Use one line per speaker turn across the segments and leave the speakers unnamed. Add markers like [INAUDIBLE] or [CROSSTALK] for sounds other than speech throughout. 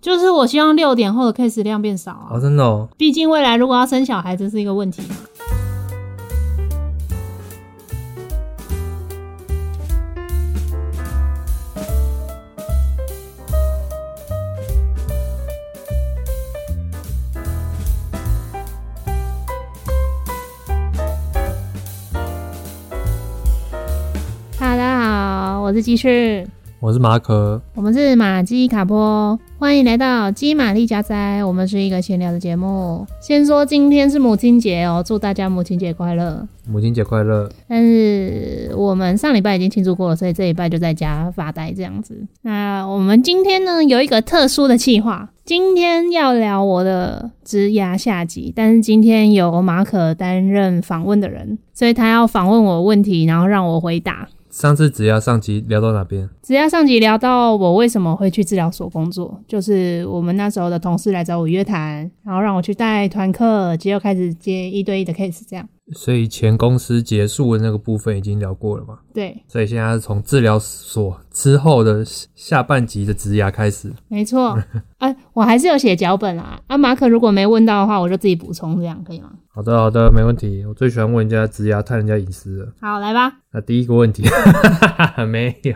就是我希望六点后的 case 量变少啊
哦，，真的哦，
毕竟未来如果要生小孩，这是一个问题嘛。大家好，我是鸡翅。
我是马可，
我们是马基卡波，欢迎来到基玛丽家宅。我们是一个闲聊的节目。先说今天是母亲节哦，祝大家母亲节快乐。
母亲节快乐，
但是我们上礼拜已经庆祝过了，所以这礼拜就在家发呆这样子。那我们今天呢有一个特殊的计划，今天要聊我的职涯下集，但是今天有马可担任访问的人，所以他要访问我问题，然后让我回答。
上次只要上集聊到哪边？
只要上集聊到我为什么会去治疗所工作，就是我们那时候的同事来找我约谈，然后让我去带团课，接着开始接一对一的 case，这样。
所以前公司结束的那个部分已经聊过了嘛？
对，
所以现在是从治疗所之后的下半集的职涯开始。
没
[LAUGHS]
错。啊，我还是有写脚本啦。啊，马可如果没问到的话，我就自己补充，这样可以吗？
好的，好的，没问题。我最喜欢问人家职涯、探人家隐私了。
好，来吧。
那第一个问题， [LAUGHS] 没有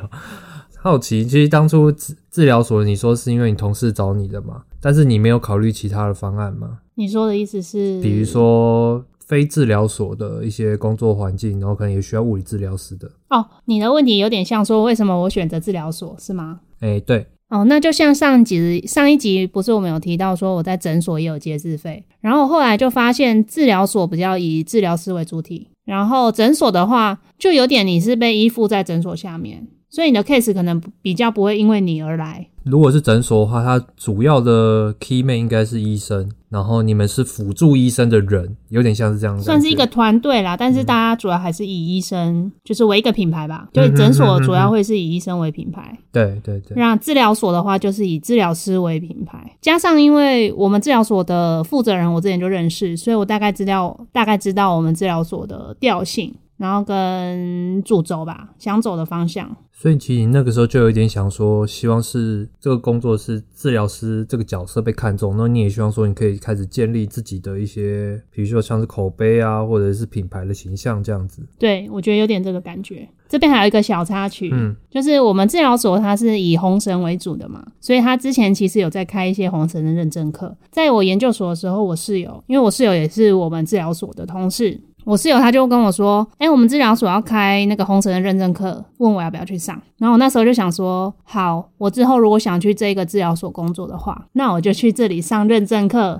好奇，其实当初治治疗所你说是因为你同事找你的嘛？但是你没有考虑其他的方案吗？
你说的意思是，
比如说非治疗所的一些工作环境，然后可能也需要物理治疗师的。
哦，你的问题有点像说为什么我选择治疗所是吗？
哎、对，
哦，那就像上集上一集不是我们有提到说我在诊所也有接自费，然后后来就发现治疗所比较以治疗师为主体，然后诊所的话就有点你是被依附在诊所下面，所以你的 case 可能不比较不会因为你而来。
如果是诊所的话，它主要的 key man 应该是医生，然后你们是辅助医生的人，有点像是这样的感觉，
算是一个团队啦，但是大家主要还是以医生，就是为一个品牌吧，就是诊所主要会是以医生为品牌，
对对对，
那治疗所的话，就是以治疗师为品牌，加上因为我们治疗所的负责人我之前就认识，所以我大概知道大概知道我们治疗所的调性，然后跟主轴吧，想走的方向。
所以其实你那个时候就有一点想说，希望是这个工作是治疗师这个角色被看中，那你也希望说你可以开始建立自己的一些，比如说像是口碑啊，或者是品牌的形象这样子。
对我觉得有点这个感觉。这边还有一个小插曲，
嗯，
就是我们治疗所它是以红绳为主的嘛，所以他之前其实有在开一些红绳的认证课。在我研究所的时候，我室友，因为我室友也是我们治疗所的同事，我室友他就跟我说：“哎、我们治疗所要开那个红绳的认证课，问我要不要去上。”然后我那时候就想说：“好，我之后如果想去这个治疗所工作的话，那我就去这里上认证课。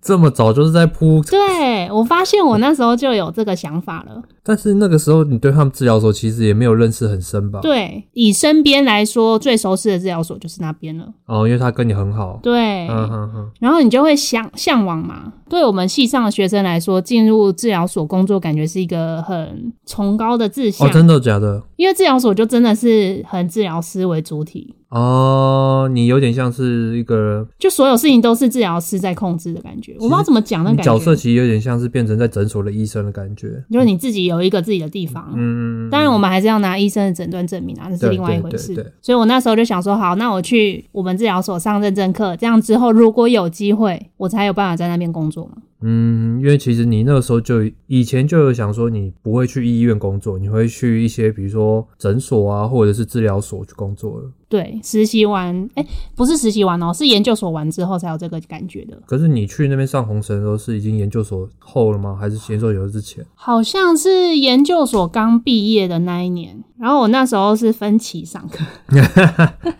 这么早就是在铺”，
对我发现我那时候就有这个想法了。
但是那个时候你对他们治疗所其实也没有认识很深吧？
对，以身边来说，最熟悉的治疗所就是那边了。
哦，因为他跟你很好。
对，
嗯哼哼，
然后你就会向向往嘛。对我们系上的学生来说，进入治疗所工作，感觉是一个很崇高的志向，
哦，真的假的？
因为治疗所就真的是很治疗师为主体，
哦，你有点像是一个
就所有事情都是治疗师在控制的感觉。我不知道怎么讲那
你
感觉，
角色，其实有点像是变成在诊所的医生的感觉。
就是你自己有一个自己的地方。
嗯，
当然，我们还是要拿医生的诊断证明啊，那是
对
另外一
对
回
对
事。
对
所以我那时候就想说，好，那我去我们治疗所上认证课，这样之后如果有机会，我才有办法在那边工作嘛。
嗯，因为其实你那个时候就以前就有想说，你不会去医院工作，你会去一些比如说诊所啊，或者是治疗所去工作了。
对，实习完，哎、不是实习完哦，是研究所完之后才有这个感觉的。
可是你去那边上红绳的时候，是已经研究所后了吗？还是研究所之前？
好像是研究所刚毕业的那一年，然后我那时候是分期上课，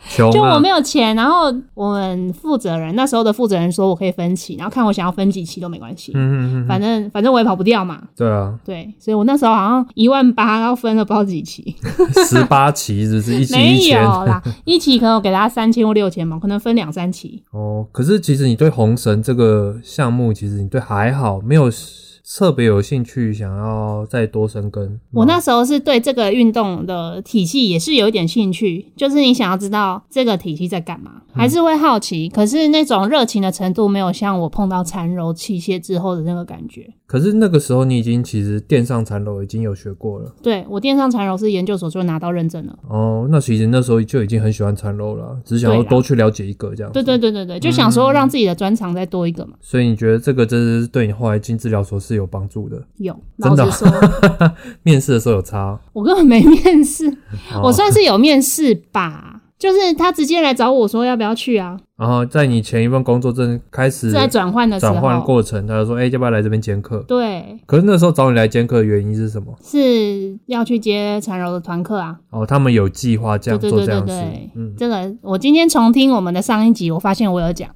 穷
就我
啊
没！有钱，然后我们负责人那时候的负责人说我可以分期，然后看我想要分几期都没关系，
嗯嗯嗯嗯，
反正反正我也跑不掉嘛。
对啊，
对，所以我那时候好像一万八，然后分了不知道几期，
十八期是不是一期
没
一
有 [LAUGHS]
千？
啦，一期可能我给他三千或六千嘛，可能分两三期。
哦，可是其实你对红绳这个项目，其实你对还好，没有特别有兴趣，想要再多深耕。
我那时候是对这个运动的体系也是有一点兴趣，就是你想要知道这个体系在干嘛，还是会好奇。可是那种热情的程度没有像我碰到缠柔器械之后的那个感觉。
可是那个时候你已经其实电上缠柔已经有学过了
对我电商缠柔是研究所就拿到认证了。
哦，那其实那时候就已经很喜欢缠柔了，只是想要
对啦
多去了解一个这样。
对啊对。对对对，就想说让自己的专长再多一个嘛。
所以你觉得这个真是对你后来进治疗所是有帮助的？
有，
真
老
的啊
实说，
[LAUGHS] 面试的时候有差哦，
我根本没面试，
哦
我算是有面试吧。就是他直接来找我说要不要去啊，
然后在你前一份工作正开始
在转换的时
转换
候，
过程，他就说：“哎、要不要来这边兼课
对，？”
可是那时候找你来兼课的原因是什么？
是要去接缠柔的团课啊。
哦，他们有计划这样
对
做
对
这
对
样
对
的事
对，，
嗯，
这个我今天重听我们的上一集，我发现我
[LAUGHS]
有讲。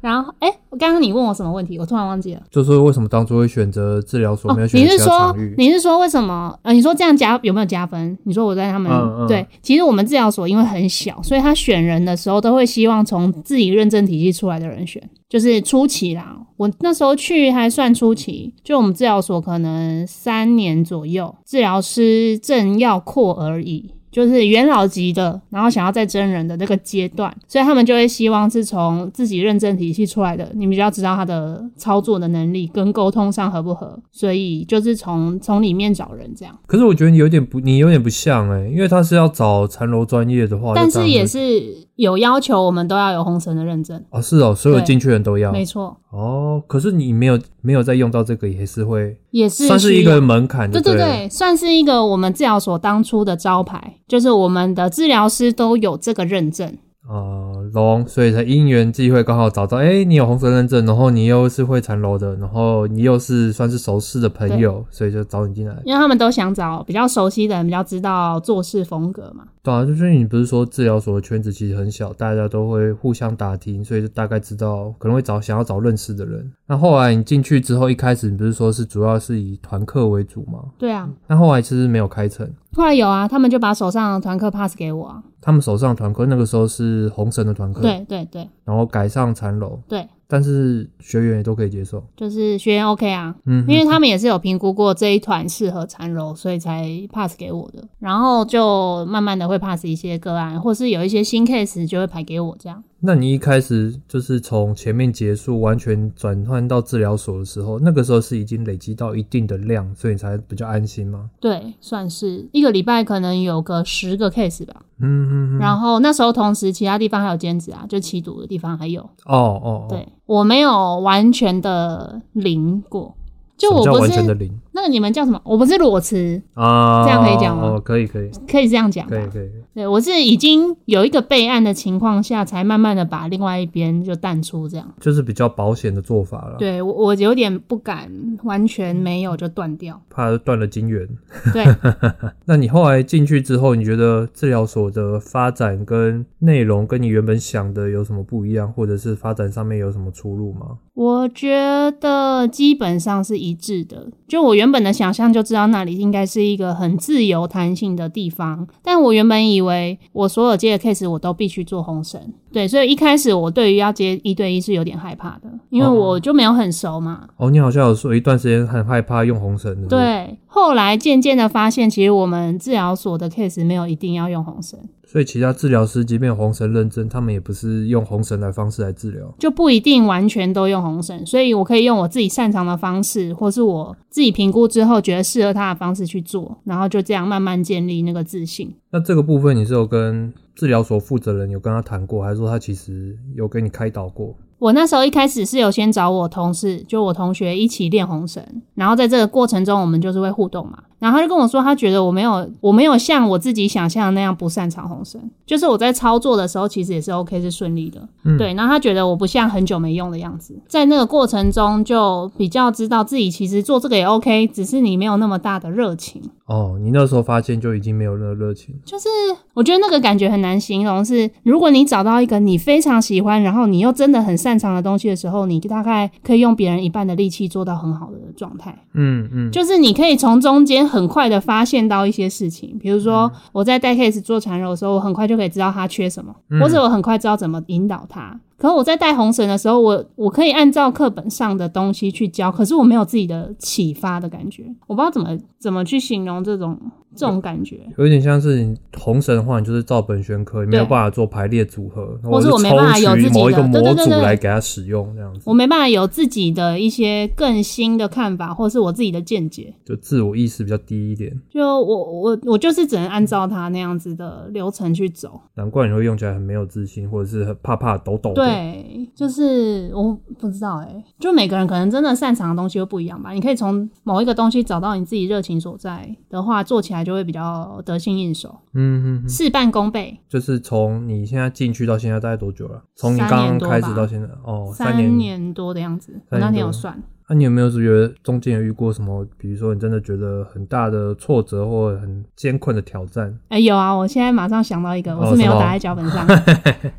然后，哎、我刚刚你问我什么问题，我突然忘记了。
就是为什么当初会选择治疗所，没有选
哦你
择
是
其他
说
场域？
你是说为什么？呃，你说这样加有没有加分？你说我在他们、
嗯嗯
对，其实我们治疗所因为很小，所以他选人的时候都会希望从自己认证体系出来的人选，就是初期啦。我那时候去还算初期，就我们治疗所可能三年左右，治疗师正要扩而已。就是元老级的，然后想要再真人的那个阶段，所以他们就会希望是从自己认证体系出来的，你比较知道他的操作的能力跟沟通上合不合，所以就是从从里面找人这样，
可是我觉得你有点不，你有点不像哎、因为他是要找缠柔专业的话，
但
就当
是
然
也
会
是有要求，我们都要有红绳的认证，
哦，是哦，所有
对
进去的人都要
没错，
哦。可是你没有没有再用到这个，也是会
也是
算是一
需要
个门槛就
对
对
对
了，
对，算是一个我们治疗所当初的招牌，就是我们的治疗师都有这个认证，
呃，龙，所以才因缘际会刚好找到，哎、你有红绳认证，然后你又是会缠楼的，然后你又是算是熟识的朋友，所以就找你进来。
因为他们都想找比较熟悉的人，比较知道做事风格嘛。
对啊，就是你不是说治疗所的圈子其实很小，大家都会互相打听，所以就大概知道可能会找想要找认识的人。那后来你进去之后，一开始你不是说是主要是以团课为主吗？
对啊，
那后来其实没有开成，
后来有啊，他们就把手上的团课 pass 给我啊。
他们手上团课那个时候是红绳的团课，
对对对
然后改上缠楼，
对，
但是学员也都可以接受，
就是学员 OK 啊，
嗯哼，
因为他们也是有评估过这一团适合缠柔，所以才 pass 给我的。然后就慢慢的会 pass 一些个案，或是有一些新 case 就会排给我这样。
那你一开始就是从前面结束，完全转换到治疗所的时候，那个时候是已经累积到一定的量，所以你才比较安心吗？
对，算是一个礼拜可能有个十个 case 吧。
嗯嗯嗯。
然后那时候同时其他地方还有兼职啊，就吸毒的地方还有。
哦哦哦，
对我没有完全的零过，就
什么
我
叫
不
完全的
是
零
那个你们叫什么？我不是裸辞，
啊，
这样可以讲吗
哦，可以可以
可以这样讲吧
可以可以。
对，我是已经有一个备案的情况下，才慢慢的把另外一边就淡出这样。
就是比较保险的做法了，
对我，我有点不敢完全没有就断掉。
怕断了金源。
对，
[LAUGHS] 那你后来进去之后，你觉得治疗所的发展跟内容跟你原本想的有什么不一样，或者是发展上面有什么出入吗？
我觉得基本上是一致的。就我原本的想象就知道那里应该是一个很自由弹性的地方，但我原本以为我所有接的 case 我都必须做红绳，对，所以一开始我对于要接一对一是有点害怕的，因为
哦
我就没有很熟嘛。
哦，你好像有说一段时间很害怕用红绳，是不是，
对，后来渐渐的发现，其实我们治疗所的 case 没有一定要用红绳，
所以其他治疗师即便有红绳认证，他们也不是用红绳来方式来治疗。
就不一定完全都用红绳，所以我可以用我自己擅长的方式，或是我自己评估之后觉得适合他的方式去做，然后就这样慢慢建立那个自信。
那这个部分你是有跟治疗所负责人有跟他谈过，还是说他其实有跟你开导过？
我那时候一开始是有先找我同事，就我同学一起练红绳，然后在这个过程中我们就是会互动嘛。然后他就跟我说，他觉得我没有我没有像我自己想象的那样不擅长红绳，就是我在操作的时候其实也是 OK 是顺利的，
嗯
对。然后他觉得我不像很久没用的样子，在那个过程中就比较知道自己其实做这个也 OK，只是你没有那么大的热情。
哦，你那时候发现就已经没有那个热情，
就是我觉得那个感觉很难形容是，如果你找到一个你非常喜欢，然后你又真的很擅长的东西的时候，你大概可以用别人一半的力气做到很好的状态。
嗯嗯，
就是你可以从中间很快的发现到一些事情，比如说我在带 case 做缠柔的时候，我很快就可以知道他缺什么，或者我很快知道怎么引导他。可我在带红绳的时候，我我可以按照课本上的东西去教，可是我没有自己的启发的感觉，我不知道怎么怎么去形容这种这种感觉。
有点像是你红绳的话，你就是照本宣科，你没有办法做排列组合，
或是我没办法有
抽
自己
取
的
某一个
对对
模
对
组
对
来给它使用，这样子
我没办法有自己的一些更新的看法，或是我自己的见解。
就自我意识比较低一点。
就我我我就是只能按照他那样子的流程去走。
难怪你会用起来很没有自信，或者是很怕怕抖抖的。，
对，就是我不知道哎、就每个人可能真的擅长的东西又不一样吧。你可以从某一个东西找到你自己热情所在的话，做起来就会比较得心应手，
嗯嗯嗯，
事半功倍。
就是从你现在进去到现在大概多久了？从你
三
刚
年
刚
多
开始
吧
到现在，哦，三
三。年多的样子，我
三年多
那天有算，
那、你有没有觉得中间有遇过什么，比如说你真的觉得很大的挫折或很艰困的挑战？
哎、有啊，我现在马上想到一个，我
哦
是没有
什么
打在脚本
[LAUGHS]
上，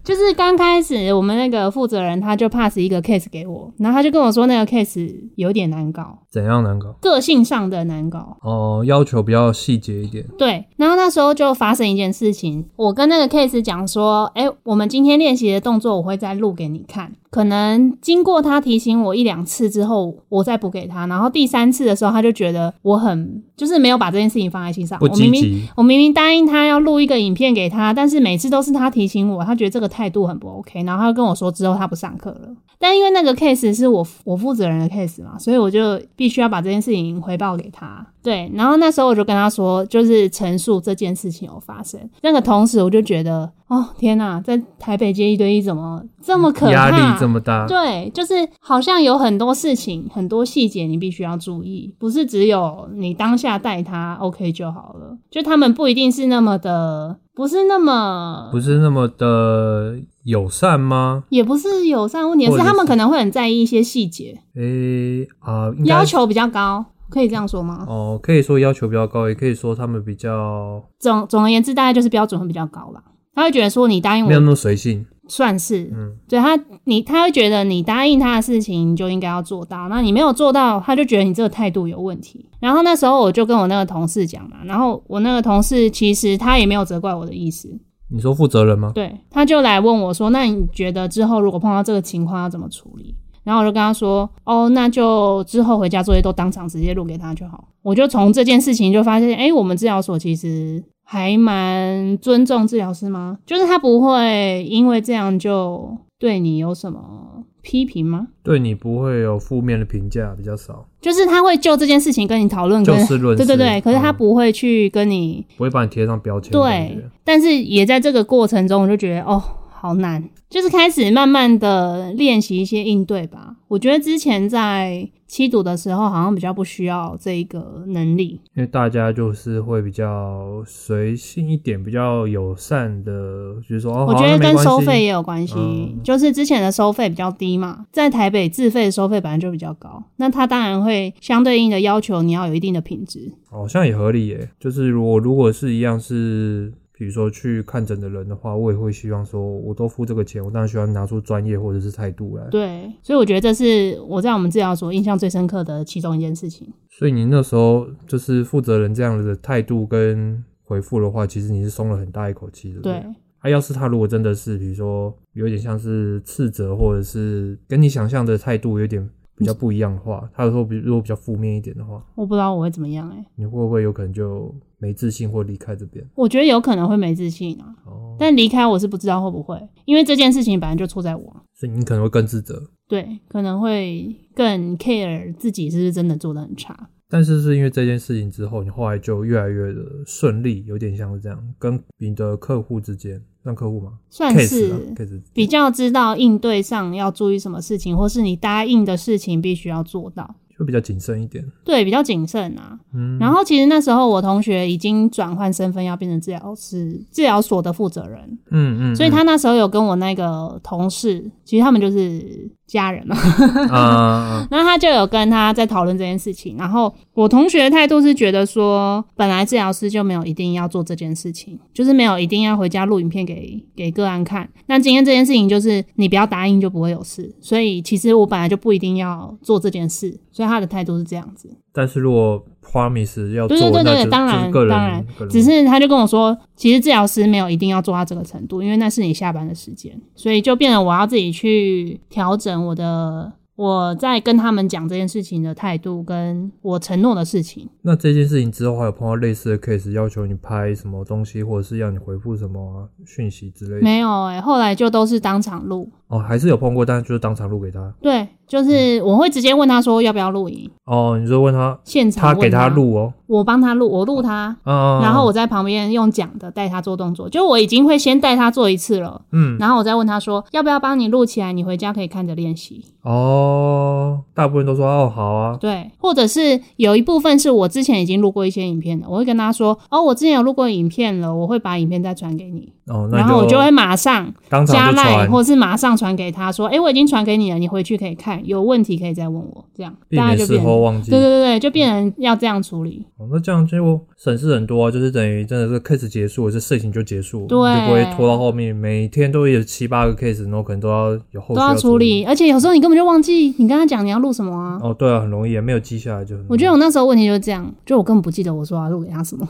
就是刚开始我们那个负责人他就 pass 一个 case 给我，然后他就跟我说那个 case 有点难搞，
怎样难搞？
个性上的难搞，
哦，要求比较细节一点。
对，然后那时候就发生一件事情，我跟那个 case 讲说，哎、我们今天练习的动作我会再录给你看。可能经过他提醒我一两次之后，我再补给他，然后第三次的时候，他就觉得我很就是没有把这件事情放在心上。
不
啊我明
积
明
极，
我明明答应他要录一个影片给他，但是每次都是他提醒我，他觉得这个态度很不 OK，然后他就跟我说之后他不上课了。但因为那个 case 是我我负责人的 case 嘛，所以我就必须要把这件事情回报给他。对，然后那时候我就跟他说，就是陈述这件事情有发生。那个同时我就觉得，哦天哪，在台北街一对一怎么这么可怕？
压力这么大，
对，就是好像有很多事情、很多细节你必须要注意，不是只有你当下带他 OK 就好了。就他们不一定是那么的，不是那么，
不是那么的友善吗？
也不是友善问题，而
或
是
者
他们
是
可能会很在意一些细节，
诶、啊，应该
要求比较高，可以这样说吗？
哦，可以说要求比较高，也可以说他们比较
总总而言之，大概就是标准会比较高啦。他会觉得说你答应
没有
我
那么随性。
算是，
嗯
对他你他会觉得你答应他的事情你就应该要做到，那你没有做到，他就觉得你这个态度有问题。然后那时候我就跟我那个同事讲嘛，然后我那个同事其实他也没有责怪我的意思，
你说负责人吗？
对，他就来问我说，那你觉得之后如果碰到这个情况要怎么处理？然后我就跟他说，哦，那就之后回家作业都当场直接录给他就好。我就从这件事情就发现，哎，我们治疗所其实还蛮尊重治疗师吗？就是他不会因为这样就对你有什么批评吗？
对你不会有负面的评价，比较少，
就是他会就这件事情跟你讨论，
就
跟
事论事。
对嗯对对，可是他
嗯
不会去跟你
不会把你贴上标签。感
对
觉，
但是也在这个过程中，我就觉得哦，好难，就是开始慢慢的练习一些应对吧。我觉得之前在七组的时候，好像比较不需要这一个能力。
因为大家就是会比较随性一点，比较友善的，就是说哦，
我
好
觉得
那没
跟
关系
收费也有关系，
嗯
就是之前的收费比较低嘛，在台北自费的收费本来就比较高，那他当然会相对应的要求你要有一定的品质。
好像也合理耶。就是如果如果是一样是。比如说去看诊的人的话，我也会希望说，我都付这个钱，我当然希望拿出专业或者是态度来。
对，所以我觉得这是我在我们治疗所印象最深刻的其中一件事情。
所以你那时候就是负责人这样的态度跟回复的话，其实你是松了很大一口气的。
对，
啊，要是他如果真的是，比如说有点像是斥责，或者是跟你想象的态度有点比较不一样的话，他有时候比如果比较负面一点的话，
我不知道我会怎么样哎、
你会不会有可能就没自信或离开这边？
我觉得有可能会没自信啊，
哦，
但离开我是不知道会不会，因为这件事情本来就错在我，
所以你可能会更自责，
对，可能会更 care 自己是不是真的做的很差。
但是是因为这件事情之后，你后来就越来越的顺利，有点像是这样，跟你的客户之间，让客户嘛
算
，case 啊
是
，case
比较知道应对上要注意什么事情，或是你答应的事情必须要做到，
就比较谨慎一点。
对，比较谨慎啊。
嗯，
然后其实那时候我同学已经转换身份，要变成治疗师、治疗所的负责人，
嗯嗯，
所以他那时候有跟我那个同事，其实他们就是家人嘛，
嗯啊，
那他就有跟他在讨论这件事情，然后我同学的态度是觉得说，本来治疗师就没有一定要做这件事情，就是没有一定要回家录影片给给个案看。那今天这件事情就是你不要答应就不会有事，所以其实我本来就不一定要做这件事，所以他的态度是这样子。
但是如果 promise 要做，
对对对
那
对
就
当
就是
然
个人
当然
个人
只是他就跟我说，其实治疗师没有一定要做到这个程度，因为那是你下班的时间，所以就变得我要自己去调整我的我在跟他们讲这件事情的态度，跟我承诺的事情。
那这件事情之后还有碰到类似的 case，要求你拍什么东西，或者是要你回复什么啊讯息之类的？
没有诶、欸后来就都是当场录。
哦，还是有碰过，但是就是当场录给他。
对，就是我会直接问他说要不要录影，
哦，你就问他，
现场
他
问
给他，录哦，
我帮他录，我录他，
啊，
然后我在旁边用讲的带他做动作，就我已经会先带他做一次了，
嗯，
然后我再问他说要不要帮你录起来，你回家可以看着练习。
哦，大部分都说哦好啊，
对，或者是有一部分是我之前已经录过一些影片的，我会跟他说哦，我之前有录过影片了，我会把影片再传给你，
哦，那
然
你
后我就会马上
当
加
场就
赖，
传，
或是马上传给他说，哎诶，我已经传给你了，你回去可以看，有问题可以再问我，这样
避
大家
免
就
事
变
后
成。
忘记。
对对对对，就变成要这样处理。
哦，那这样就省事很多啊，就是等于真的是 case 结束了，这事情就结束了，
对
你就不会拖到后面，每天都有七八个 case，然后可能都要有后续
都要处
处
理，。而且有时候你根本就忘记你跟他讲你要录什么啊。
哦，对啊，很容易，没有记下来就很容易。
我觉得我那时候问题就是这样，就我根本不记得我说要录给他什
[LAUGHS]
么，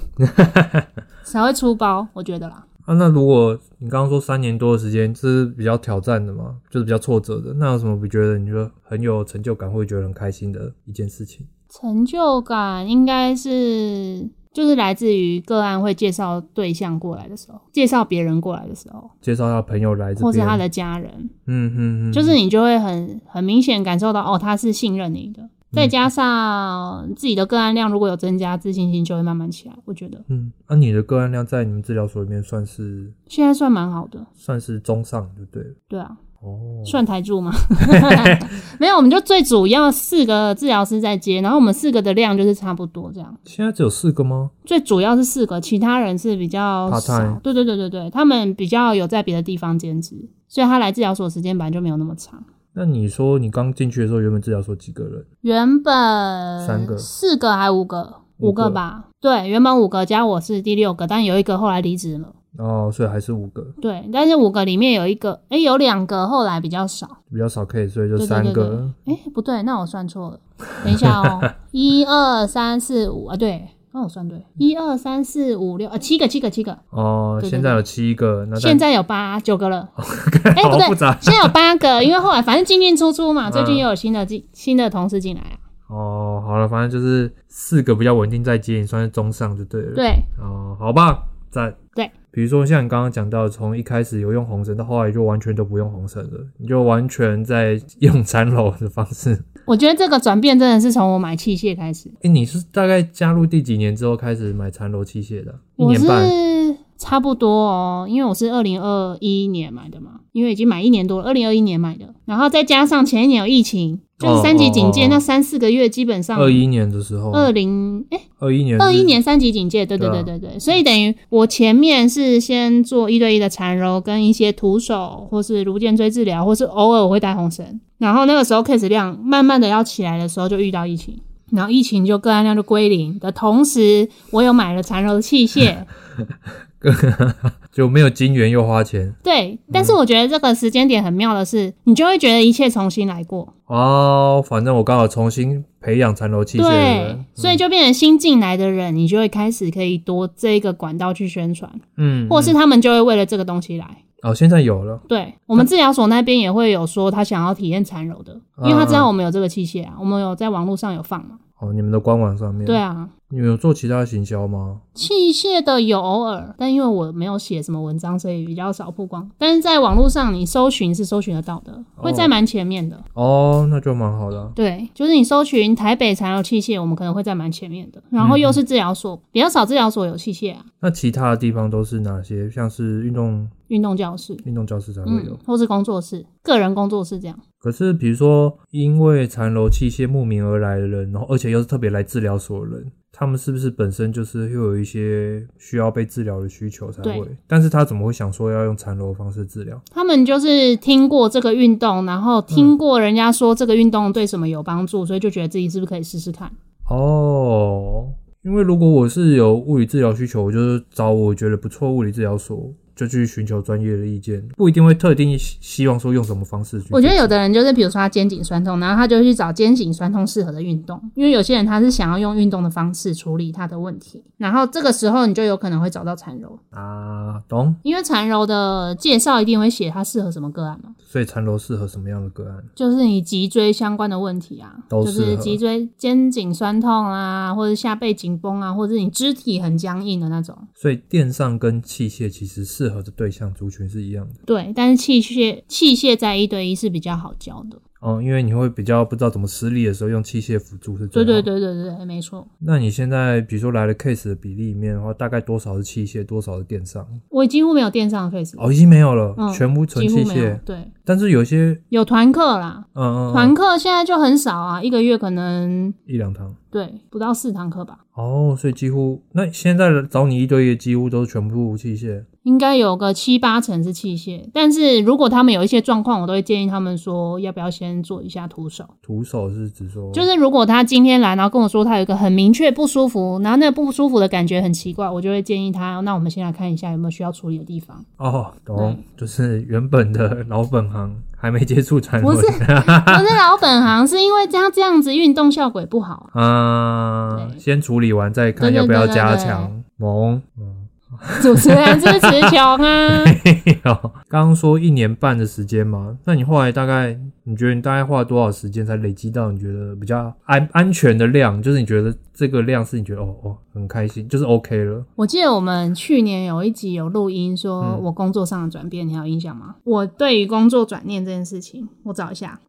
才会出包，我觉得啦。
啊，那如果你刚刚说三年多的时间，这是比较挑战的嘛，就是比较挫折的，那有什么你觉得你觉得很有成就感，会觉得很开心的一件事情？
成就感应该是就是来自于个案会介绍对象过来的时候，介绍别人过来的时候，
介绍他朋友来这边，
或是他的家人，
嗯嗯嗯，
就是你就会很很明显感受到哦，他是信任你的。
嗯
再加上自己的个案量如果有增加，自信心就会慢慢起来。我觉得
嗯，那、你的个案量在你们治疗所里面算是
现在算蛮好的，
算是中上就对了。
对啊，
哦，
算台柱吗？ [LAUGHS] 没有，我们就最主要四个治疗师在接，然后我们四个的量就是差不多这样。
现在只有四个吗？
最主要是四个，其他人是比较
Part
少
time。
对对对对对，他们比较有在别的地方兼职，所以他来治疗所时间本来就没有那么长。
那你说你刚进去的时候，原本治疗所几个人？
原本
三个
四个还五个，
五
五
个
个吧？对，原本五个加我是第六个，但有一个后来离职了。
哦，所以还是五个，
对，但是五个里面有一个，哎，有两个后来比较少。
比较少 case，所以就
对对
三个。
对对哎，不对，那我算错了。等一下
[LAUGHS]
哦，一二三四五啊，对，那我算对，一二三四五六啊，七个，七个，七个。
哦，
对对
现在有七个，那
现在有八九个了，
在
哎、
好
不
复
对
杂，
现在有八
[LAUGHS]
个，因为后来反正进进出出嘛，
嗯
最近又有新的进新的同事进来啊。
哦，好了，反正就是四个比较稳定在接，你算是中上就对了。，
对，
哦，好吧，赞。
对，
比如说像你刚刚讲到，从一开始有用红绳，到后来就完全都不用红绳了，你就完全在用缠楼的方式。
我觉得这个转变真的是从我买器械开始，
哎、你是大概加入第几年之后开始买缠楼器械的啊？一
我
年半。
是差不多哦，因为我是二零二一年买的嘛，因为已经买一年多了，二零二一年买的，然后再加上前一年有疫情，就是三级警戒、
哦哦哦
那三四个月，基本上
二一年的时候，
二零哎
二一年，
二一，年三级警戒，对对
对啊
对对对，所以等于我前面是先做一对一的缠柔，跟一些徒手或是颅肩椎治疗，或是偶尔我会带红绳。然后那个时候 case 量慢慢的要起来的时候，就遇到疫情，然后疫情就个案量就归零的同时，我有买了缠柔的器械，
就没有金元又花钱
对。但
嗯
是我觉得这个时间点很妙的是，你就会觉得一切重新来过，
哦。反正我刚好重新培养残楼器械的嗯
对
人，，
所以就变成新进来的人，你就会开始可以多这个管道去宣传，
嗯，
或是他们就会为了这个东西来。
哦，现在有了，
对我们治疗所那边也会有说他想要体验缠柔的，
嗯
因为他知道我们有这个器械啊，我们有在网络上有放嘛。
哦，你们的官网上面，
对，啊，
你们有做其他的行销吗？
器械的有偶尔，但因为我没有写什么文章，所以比较少曝光。但是在网络上你搜寻是搜寻得到的，会在蛮前面的。
哦，那就蛮好的啊、
对，就是你搜寻台北缠柔器械，我们可能会在蛮前面的。然后又是治疗所，比较少治疗所有器械啊，
那其他的地方都是哪些？像是运动
运动教室，
运动教室才会有。
嗯，或是工作室、个人工作室这样。
可是，比如说，因为残楼器械慕名而来的人，然后而且又是特别来治疗所的人，他们是不是本身就是会有一些需要被治疗的需求才会
对？
但是他怎么会想说要用残楼的方式治疗？
他们就是听过这个运动，然后听过人家说这个运动对什么有帮助，所以就觉得自己是不是可以试试看？
哦，因为如果我是有物理治疗需求，我就是找我觉得不错物理治疗所。就去寻求专业的意见，不一定会特定希希望说用什么方式去。
我觉得有的人就是，比如说他肩颈酸痛，然后他就去找肩颈酸痛适合的运动，因为有些人他是想要用运动的方式处理他的问题，然后这个时候你就有可能会找到缠柔，
啊，懂。
因为缠柔的介绍一定会写它适合什么个案嘛，
所以缠柔适合什么样的个案？
就是你脊椎相关的问题啊，
都
就
适
是
合
脊椎肩颈酸痛啊，或者下背紧绷啊，或者是你肢体很僵硬的那种。
所以电上跟器械其实适合的对象族群是一样的。
对，但是器械器械在一对一是比较好教的。
哦，因为你会比较不知道怎么施力的时候用器械辅助是最
对
好的
对。对对对，没错。
那你现在比如说来了 case 的比例里面的话，大概多少是器械，多少是电商？
我几乎没有电商的 case，、
哦，已经没有了，
嗯
全部纯
几
器
乎没有
械。。
对，
但是有些，
有团课啦，
嗯嗯，
团
嗯
课现在就很少啊，一个月可能
一两堂。
对不到四堂课吧，
哦，所以几乎那现在找你一对一的几乎都是全部器械。
应该有个七八成是器械。但是如果他们有一些状况，我都会建议他们说要不要先做一下徒手。
徒手是指说，
就是如果他今天来，然后跟我说他有一个很明确不舒服，然后那个不舒服的感觉很奇怪，我就会建议他，那我们先来看一下有没有需要处理的地
[LAUGHS]
方。
哦，懂，就是原本的老本行还没接触缠
不
论。
是可是老本行是因为他这样子运动效果也不好啊，
啊，
对
先处理完再看
对对
要不要
对对
加
对
强萌。嗯，
主持人支持穷啊。
没有，哦 [LAUGHS] 刚刚说一年半的时间嘛，那你后来大概你觉得你大概花了多少时间才累积到你觉得比较安安全的量？就是你觉得这个量是你觉得哦哦很开心，就是 OK 了。
我记得我们去年有一集有录音，说
嗯
我工作上的转变，你还有印象吗？我对于工作转念这件事情，我找一
[LAUGHS]
下。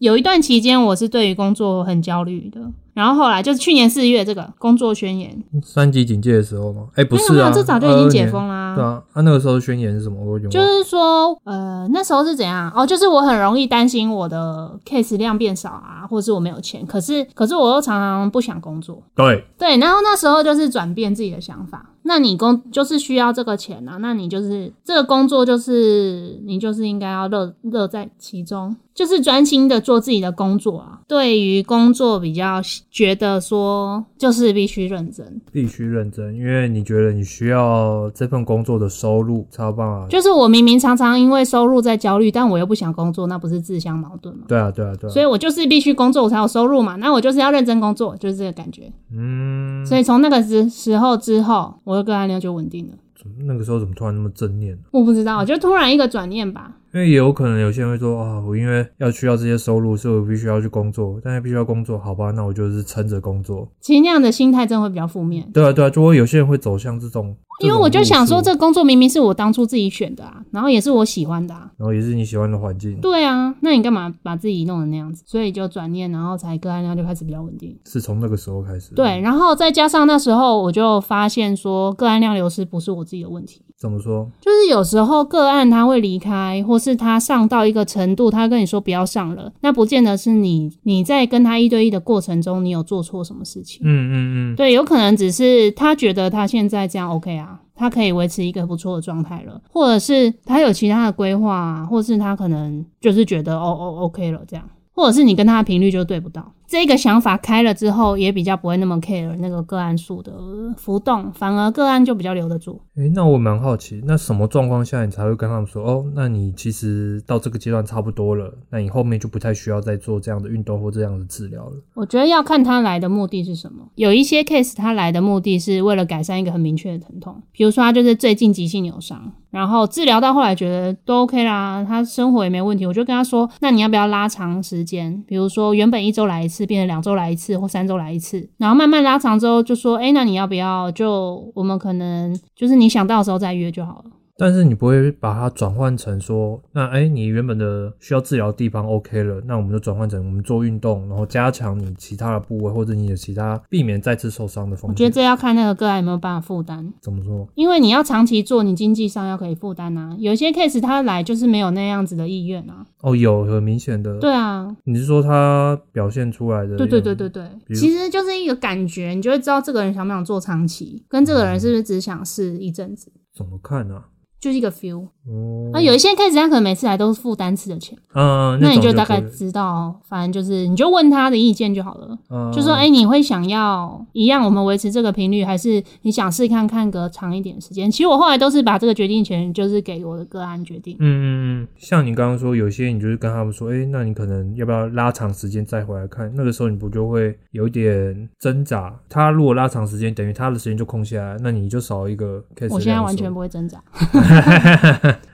有一段期间，我是对于工作很焦虑的，然后后来就是去年四月这个工作宣言，
三级警戒的时候吗？哎、不
没有
是
没
啊，
有，这早就已经解
22
封
年。
啦、
对啊，啊那个时候宣言是什么？我有点
就
忘了
是说，呃，那时候是怎样？哦，就是我很容易担心我的 case 量变少啊，或是我没有钱。可是，可是我又常常不想工作。
对，
对，然后那时候就是转变自己的想法。那你工就是需要这个钱啊，那你就是这个工作就是你就是应该要乐乐在其中，就是专心的做自己的工作啊。对于工作比较觉得说，就是必须认真，
必须认真，因为你觉得你需要这份工作的收入才有办法。
就是我明明常常因为收入在焦虑，但我又不想工作，那不是自相矛盾吗？
对啊，对啊，对啊。
所以我就是必须工作，我才有收入嘛。那我就是要认真工作，就是这个感觉。
嗯，
所以从那个时时候之后，我的个案量就稳定了。
怎么那个时候怎么突然那么正念？啊
我不知道，
嗯
就突然一个转念吧。
因为也有可能有些人会说啊，我因为要需要这些收入，所以我必须要去工作，但是必须要工作，好吧，那我就是撑着工作。
其实那样的心态真的会比较负面，
对啊，对啊，就会有些人会走向这种，
因为我就想说，
这种
这个工作明明是我当初自己选的啊，然后也是我喜欢的啊。
路数，然后也是你喜欢的环境，
对啊，那你干嘛把自己弄成那样子？所以就转念，然后才个案量就开始比较稳定。
是从那个时候开始。
对，，然后再加上那时候我就发现说，个案量流失不是我自己的问题，
怎么说？
就是有时候个案他会离开，或是他上到一个程度，他跟你说不要上了，那不见得是你你在跟他一对一的过程中，你有做错什么事情。
嗯嗯嗯，
对，有可能只是他觉得他现在这样 OK 啊，他可以维持一个不错的状态了，或者是他有其他的规划啊，或是他可能就是觉得哦哦 OK 了这样，或者是你跟他的频率就对不到。这个想法开了之后，也比较不会那么 care 那个个案数的浮动，反而个案就比较留得住。
诶，那我蛮好奇，那什么状况下你才会跟他们说，哦，那你其实到这个阶段差不多了，那你后面就不太需要再做这样的运动或这样的治疗了。
我觉得要看他来的目的是什么。有一些 case 他来的目的是为了改善一个很明确的疼痛，比如说他就是最近急性扭伤，然后治疗到后来觉得都 OK 啦，他生活也没问题，我就跟他说，那你要不要拉长时间？比如说原本一周来一次，变成两周来一次或三周来一次，然后慢慢拉长之后就说，哎，那你要不要就我们可能就是你想到的时候再约就好了。
但是你不会把它转换成说，那哎、诶你原本的需要治疗的地方 OK 了，那我们就转换成我们做运动，然后加强你其他的部位或者你的其他避免再次受伤的
我
风
觉得
险。
这要看那个个案有没有办法负担。
怎么说？
因为你要长期做，你经济上要可以负担啊。有一些 case 他来就是没有那样子的意愿啊，
哦，有很明显的，
对啊，
你是说它表现出来的？
对对对对，对，
比如
其实就是一个感觉，你就会知道这个人想不
嗯
想做长期，跟这个人是不是只想试一阵子，
怎么看呢、啊？
就是一个 feel。
哦，
啊，有一些 case 他可能每次来都是付单次的钱，
嗯，
那你
种就
就大概
可以
知道，反正就是你就问他的意见就好了。
嗯、
就说，哎、你会想要一样我们维持这个频率，还是你想试看看隔长一点时间？其实我后来都是把这个决定权就是给我的个案决定。
嗯嗯嗯，像你刚刚说，有些你就是跟他们说，哎、那你可能要不要拉长时间再回来看？那个时候你不就会有点挣扎？他如果拉长时间，等于他的时间就空下来，那你就少一个 case
我现在
量
完
数
全不会挣扎， [LAUGHS]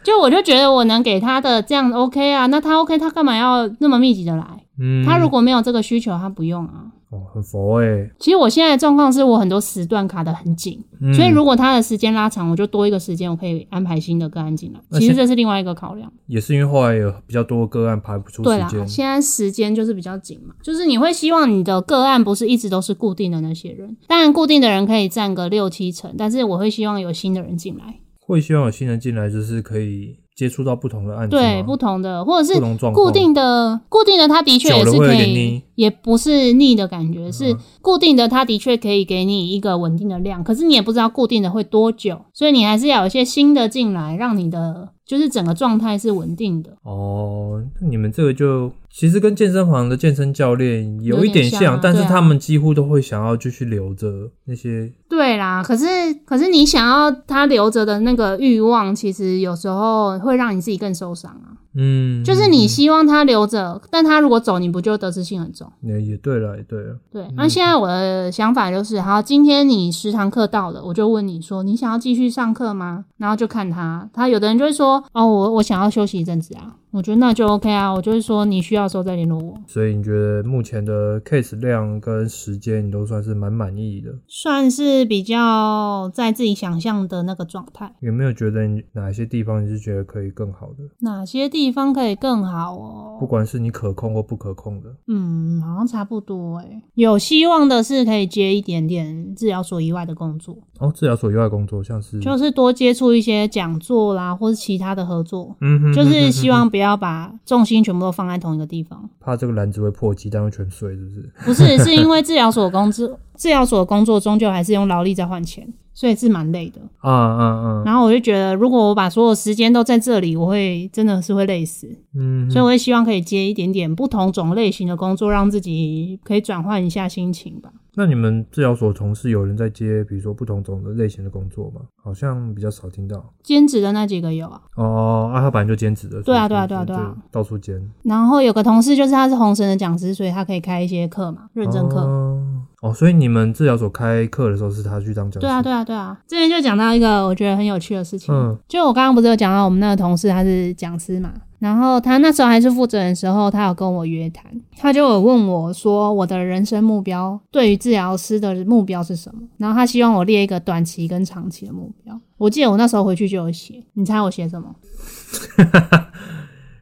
就我就觉得我能给他的这样 OK 啊，那他 OK，他干嘛要那么密集的来？
嗯，
他如果没有这个需求，他不用啊。
哦很佛哎、
其实我现在的状况是我很多时段卡的很紧，
嗯
所以如果他的时间拉长，我就多一个时间，我可以安排新的个案进来。
那
其实
现
这是另外一个考量。
也是因为后来有比较多个案排不出
对
时
啦
间，，
现在时间就是比较紧嘛，就是你会希望你的个案不是一直都是固定的那些人，当然固定的人可以占个六七成，但是我会希望有新的人进来，
会希望有新人进来，就是可以接触到不同的案子吗，
对不同的或者
不
是
同状况，
固定的固定的，他的确也是
久
可
了会有点
以
腻，嗯
也不是腻的感觉，是固定的，他的确可以给你一个稳定的量，可是你也不知道固定的会多久，所以你还是要有一些新的进来，让你的就是整个状态是稳定的。
哦，那你们这个就其实跟健身房的健身教练有一
有点
像，
像啊
但是
对啊
他们几乎都会想要继续留着那些，
对啦，可是可是你想要他留着的那个欲望，其实有时候会让你自己更受伤啊。
嗯，
就是你
嗯
希望他留着，但他如果走，你不就得失心很重？
也也对了，也对了，
对，那现在我的想法就是，好，今天你十堂课到了，我就问你说，你想要继续上课吗？然后就看他，他有的人就会说，哦，我我想要休息一阵子啊，我觉得那就 OK 啊，我就是说你需要的时候再联络我，
所以你觉得目前的 case 量跟时间，你都算是蛮满意的，
算是比较在自己想象的那个状态。
有没有觉得你哪些地方你是觉得可以更好的？
哪些地方可以更好哦？
不管是你可控或不可控的，
嗯，好像差不多诶、有希望的是可以接一点点治疗所以外的工作，
哦，治疗所以外工作像是，
就是多接触一些讲座啦，或是其他的合作，
嗯哼，
就
嗯哼
是
嗯
希
哼
望不要把重心全部都放在同一个地方。
怕这个篮子会破鸡蛋会全碎，是不是？
不是，是因为治疗所工作，治疗所工作终究还是用劳力在换钱，所以是蛮累的。
啊啊啊，
然后我就觉得，如果我把所有时间都在这里，我会真的是会累死。
嗯，
所以我会希望可以接一点点不同种类型的工作，让自己可以转换一下心情吧。
那你们治疗所同事有人在接，比如说不同种的类型的工作吗？好像比较少听到。
兼职的那几个有啊，
哦，啊，他本来就兼职的。
对啊对
所以
啊对啊
就
对啊，
就到处兼
然后有个同事就是他是红绳的讲师，所以他可以开一些课嘛，认证课。
哦。哦，所以你们治疗所开课的时候是他去当讲师。
对啊，对啊，对啊。这边就讲到一个我觉得很有趣的事情，
嗯
就我刚刚不是有讲到我们那个同事他是讲师嘛，然后他那时候还是负责人的时候，他有跟我约谈，他就有问我说我的人生目标对于治疗师的目标是什么，然后他希望我列一个短期跟长期的目标。我记得我那时候回去就有写，你猜我写什么？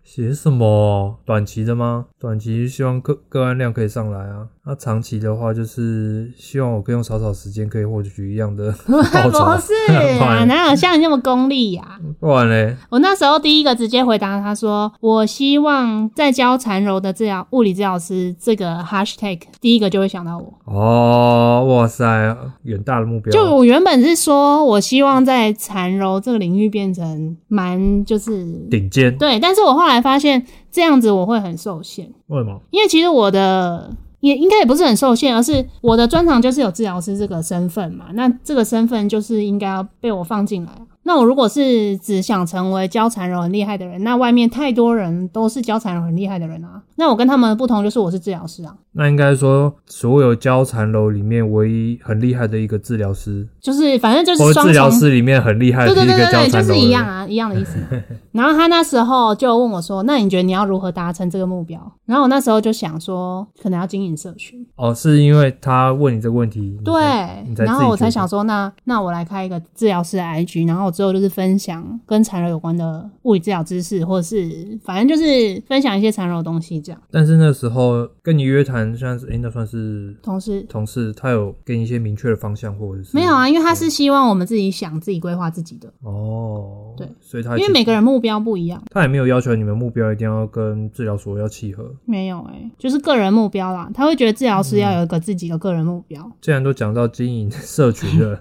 写什么？短期的吗？短期希望个个案量可以上来啊。那、长期的话，就是希望我可以用少少时间可以获取一
[LAUGHS]
样的 [LAUGHS]
不
报酬。
是啊，哪有像你那么功利呀、
不然嘞，
我那时候第一个直接回答他说：“我希望在教缠柔的治疗物理治疗师这个 hashtag，第一个就会想到我。
哦，哇塞，远大的目标。
就我原本是说我希望在缠柔这个领域变成蛮就是
顶尖，
对，但是我后来发现这样子我会很受限，
为什么？
因为其实我的。”也应该也不是很受限，而是我的专长就是有治疗师这个身份嘛。那这个身份就是应该要被我放进来。那我如果是只想成为交缠柔很厉害的人，那外面太多人都是交缠柔很厉害的人啊。那我跟他们的不同就是我是治疗师啊，
那应该说，所有交缠楼里面唯一很厉害的一个治疗师，
就是反正就
或
是
者
双
哦治疗
重
师里面很厉害的
对对
一
对
个
对
交
对，就
缠楼
是
的
一
人
样啊，一样的
[LAUGHS]
意思嘛。然后他那时候就问我说：“那你觉得你要如何达成这个目标？”然后我那时候就想说，可能要经营社群。
哦，是因为他问你这个问题，你
对
才，你才
然
自
后
己
我
决
才
定
想说，那那我来开一个治疗师的 IG，然后我之后就是分享跟缠柔有关的物理治疗知识，或者是反正就是分享一些缠柔的东西这样。
但是那时候跟你约谈，像是诶、那算是
同时
同事，他有给你一些明确的方向，或者是
没有啊，因为他是希望我们自己想、自己规划自己的，
哦，
对，
所以他
因为
其
每个人目标不一样。
他也没有要求你们目标一定要跟治疗所要契合。
没有诶、就是个人目标啦。他会觉得治疗师要有一个自己的个人目标。
[LAUGHS] 既然都讲到经营社群了，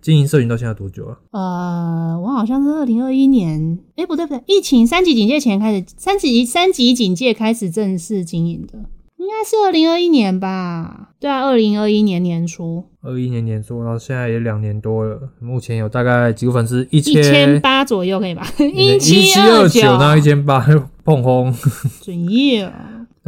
经营社群到现在多久啊？
呃，我好像是二零二一年，哎、不对不对，疫情三级警戒前开始，三级三级警戒开始正式经营的，应该是二零二一年吧？对啊，二零二一年年初，
二一年年初，然后现在也两年多了，目前有大概几个粉丝一
一千
千
八左右可以吧？ [LAUGHS]
一
七
二
九，
那一千八碰轰。
准业哦。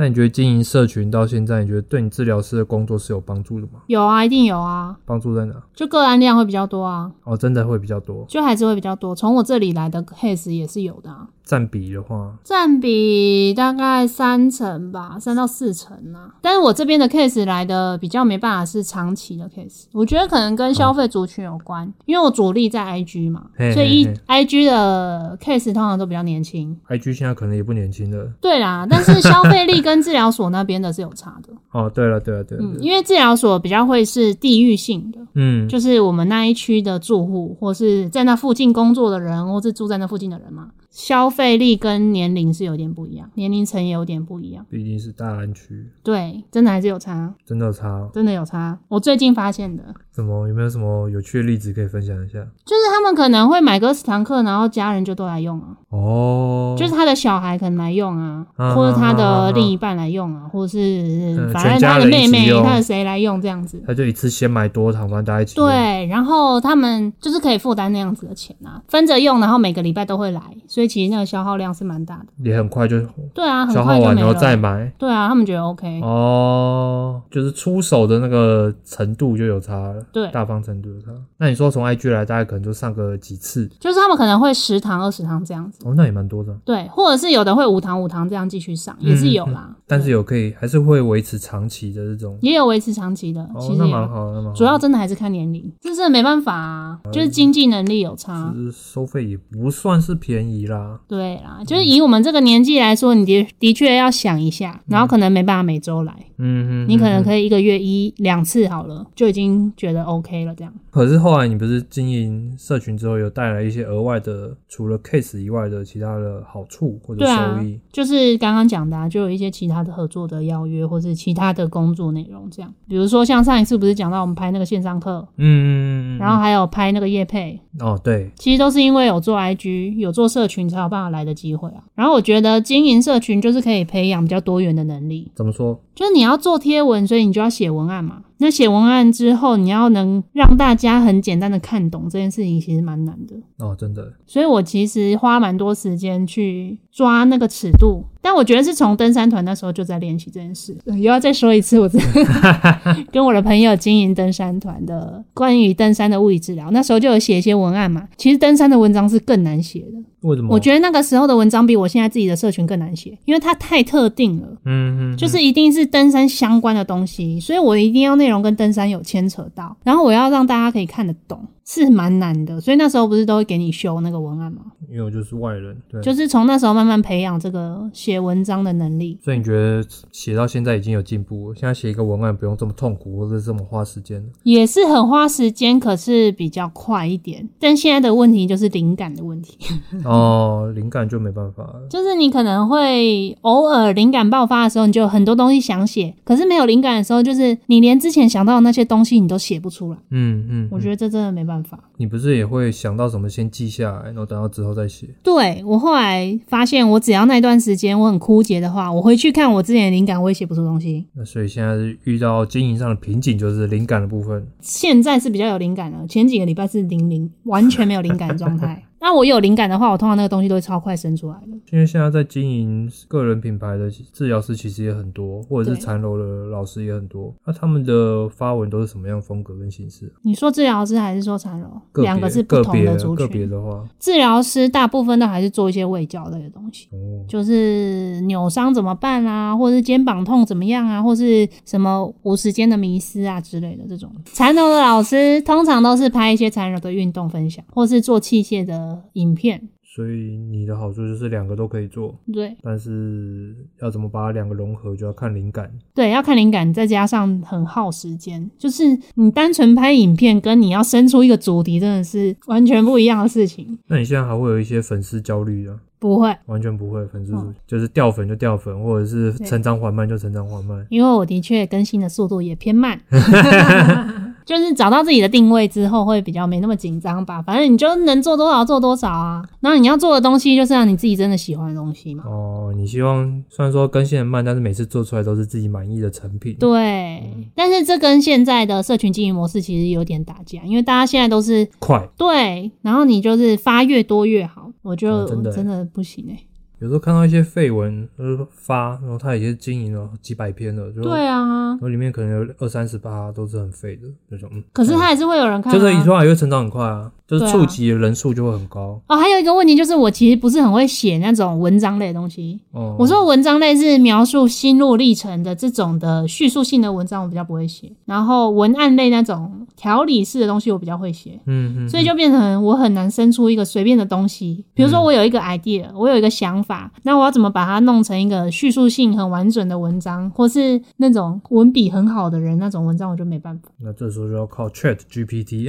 那你觉得经营社群到现在，你觉得对你治疗师的工作是有帮助的吗？
有啊，一定有啊，
帮助在哪？
就个案量会比较多啊，
哦，真的会比较多，
就还是会比较多。从我这里来的 case 也是有的啊，
占比的话，
占比大概三成吧，三到四成啊。但是我这边的 case 来的比较没办法是长期的 case，我觉得可能跟消费族群有关，因为我主力在 IG 嘛，
嗯嘿嘿
所以一
嘿
IG 的 case 通常都比较年轻。
IG 现在可能也不年轻了。
对啦，但是消费力跟治疗所那边的是有差
[LAUGHS]
的，
哦，对了，对了，对了，
嗯，
对了
因为治疗所比较会是地域性的，
嗯，
就是我们那一区的住户，或是在那附近工作的人，或是住在那附近的人嘛，消费力跟年龄是有点不一样，年龄层也有点不一样。
毕竟是大安区，
对，真的还是有差，
真的有差哦。
真的有差。我最近发现的，
什么？有没有什么有趣的例子可以分享一下？
就是他们可能会买个十堂课，然后家人就都来用啊，
哦，
就是他的小孩可能来用啊，
啊
或者他的另一半来用啊，或者是
嗯
反正
全
他
家
的
人
妹
一起
妹、
用
他的谁来用这样子。
他就一次先买多堂，反正大家一起用。
对，然后他们就是可以负担那样子的钱啊，分着用，然后每个礼拜都会来，所以其实那个消耗量是蛮大的。
也很快就
对啊，很
消
快
耗
就
完，
没
然后
了。
再买。
对啊，他们觉得 OK，、
哦，就是出手的那个程度就有差了，
对
大方程度有差。那你说从 IG 来，大概可能就上个几次，
就是他们可能会十堂、二十堂这样子，
哦，那也蛮多的。
对，或者是有的会五堂、五堂这样继续上，也
嗯
是有啦。
但是有可以还是会维持长期的这种，
也有维持长期的，
哦
其，实
那
也
蛮好，嗯那蛮好。
主要真的还是看年龄，这真的没办法啊，就是经济能力有差。
其实收费也不算是便宜啦，
对啦，就是以我们这个年纪来说，你的的确要想一下，然后可能没办法每周来，
嗯嗯，
你可能
以。
可以一个月一两次好了，就已经觉得 OK 了。这样
可是后来你不是经营社群之后，有带来一些额外的，除了 case 以外的其他的好处或者
对啊
收益，
就是刚刚讲的、啊，就有一些其他的合作的邀约，或是其他的工作内容，这样，比如说像上一次不是讲到我们拍那个线上课，
嗯，
啊然后还有拍那个夜配，
哦对，
其实都是因为有做 IG、有做社群才有办法来的机会啊。然后我觉得经营社群就是可以培养比较多元的能力，
怎么说？
就是你要做贴文，所以你就要写文案嘛。那写文案之后，你要能让大家很简单的看懂这件事情，其实蛮难的。
哦，真的，
所以我其实花蛮多时间去抓那个尺度，但我觉得是从登山团那时候就在练习这件事。呃又要再说一次，我真的跟我的朋友经营登山团的关于登山的物理治疗，那时候就有写一些文案嘛。其实登山的文章是更难写的，
为什么？
我觉得那个时候的文章比我现在自己的社群更难写，因为它太特定了。
嗯嗯，
就是一定是登山相关的东西，所以我一定要内容跟登山有牵扯到，然后我要让大家可以看得懂，是蛮难的。所以那时候不是都会给你修那个文案吗？
因为我就是外人，对，
就是从那时候慢慢培养这个写文章的能力。
所以你觉得写到现在已经有进步了？现在写一个文案不用这么痛苦，或者这么花时间
[LAUGHS]
了？
也是很花时间，可是比较快一点。但现在的问题就是灵感的问题， [LAUGHS]
哦，灵感就没办法了。
就是你可能会偶尔灵感爆发的时候，你就有很多东西想写，可是没有灵感的时候，就是你连之前想到的那些东西你都写不出来。
嗯嗯，
我觉
得
得这真的没办法。
你不是也会想到什么先记下来，然后等到之后再写？
对我后来发现，我只要那段时间我很枯竭的话，我回去看我之前的灵感，我也写不出东西。
那所以现在是遇到经营上的瓶颈，就是灵感的部分。
现在是比较有灵感了，前几个礼拜是零零，完全没有灵感的状
[LAUGHS]
态。那我有灵感的话，我通常那个东西都会超快生出来的。
因为现在在经营个人品牌的治疗师其实也很多，或者是
对
缠柔的老师也很多。那他们的发文都是什么样风格跟形式啊？
你说治疗师还是说缠柔，
个别
两个是不
个
同
别
的族
个别
群。
的话，
治疗师大部分都还是做一些卫教类的东西，
哦，
就是扭伤怎么办啊，或者是肩膀痛怎么样啊，或是什么无时间的迷失啊之类的这种。缠柔的老师通常都是拍一些缠柔的运动分享，或是做器械的影片。
所以你的好处就是两个都可以做，
对
但是要怎么把两个融合，就要看灵感。
对，要看灵感，再加上很耗时间。就是你单纯拍影片，跟你要生出一个主题，真的是完全不一样的事情。
那你现在还会有一些粉丝焦虑啊？
不会，
完全不会，粉丝、
嗯
就是掉粉就掉粉，或者是
对
成长缓慢就成长缓慢。
因为我的确更新的速度也偏慢。 [LAUGHS] 就是找到自己的定位之后，会比较没那么紧张吧。反正你就能做多少做多少啊。然后你要做的东西，就是让你自己真的喜欢的东西嘛。
哦，你希望虽然说更新的慢，但是每次做出来都是自己满意的成品。
对，但是这跟现在的社群经营模式其实有点打架，因为大家现在都是
快，
对，然后你就是发越多越好，我就、
嗯真的欸
真的不行哎、
有时候看到一些绯闻呃发，然后他已经经营了几百篇了，就
对啊
然，后里面可能有二三十八都是很废的那种。嗯
可是
嗯
他还是会有人看、啊，
就是你说还会成长很快啊，就是
对啊
触及的人数就会很高。
哦，还有一个问题就是，我其实不是很会写那种文章类的东西。
哦、
我说文章类是描述心路历程的这种的叙述性的文章，我比较不会写。然后文案类那种条理式的东西，我比较会写。
嗯，嗯嗯，
所以就变成我很难生出一个随便的东西。比
嗯
如说，我有一个 idea，我有一个想法，那我要怎么把它弄成一个叙述性很完整的文章，或是那种文笔很好的人那种文章，我就没办法，
那这时候就要靠 Chat
[LAUGHS]
GPT，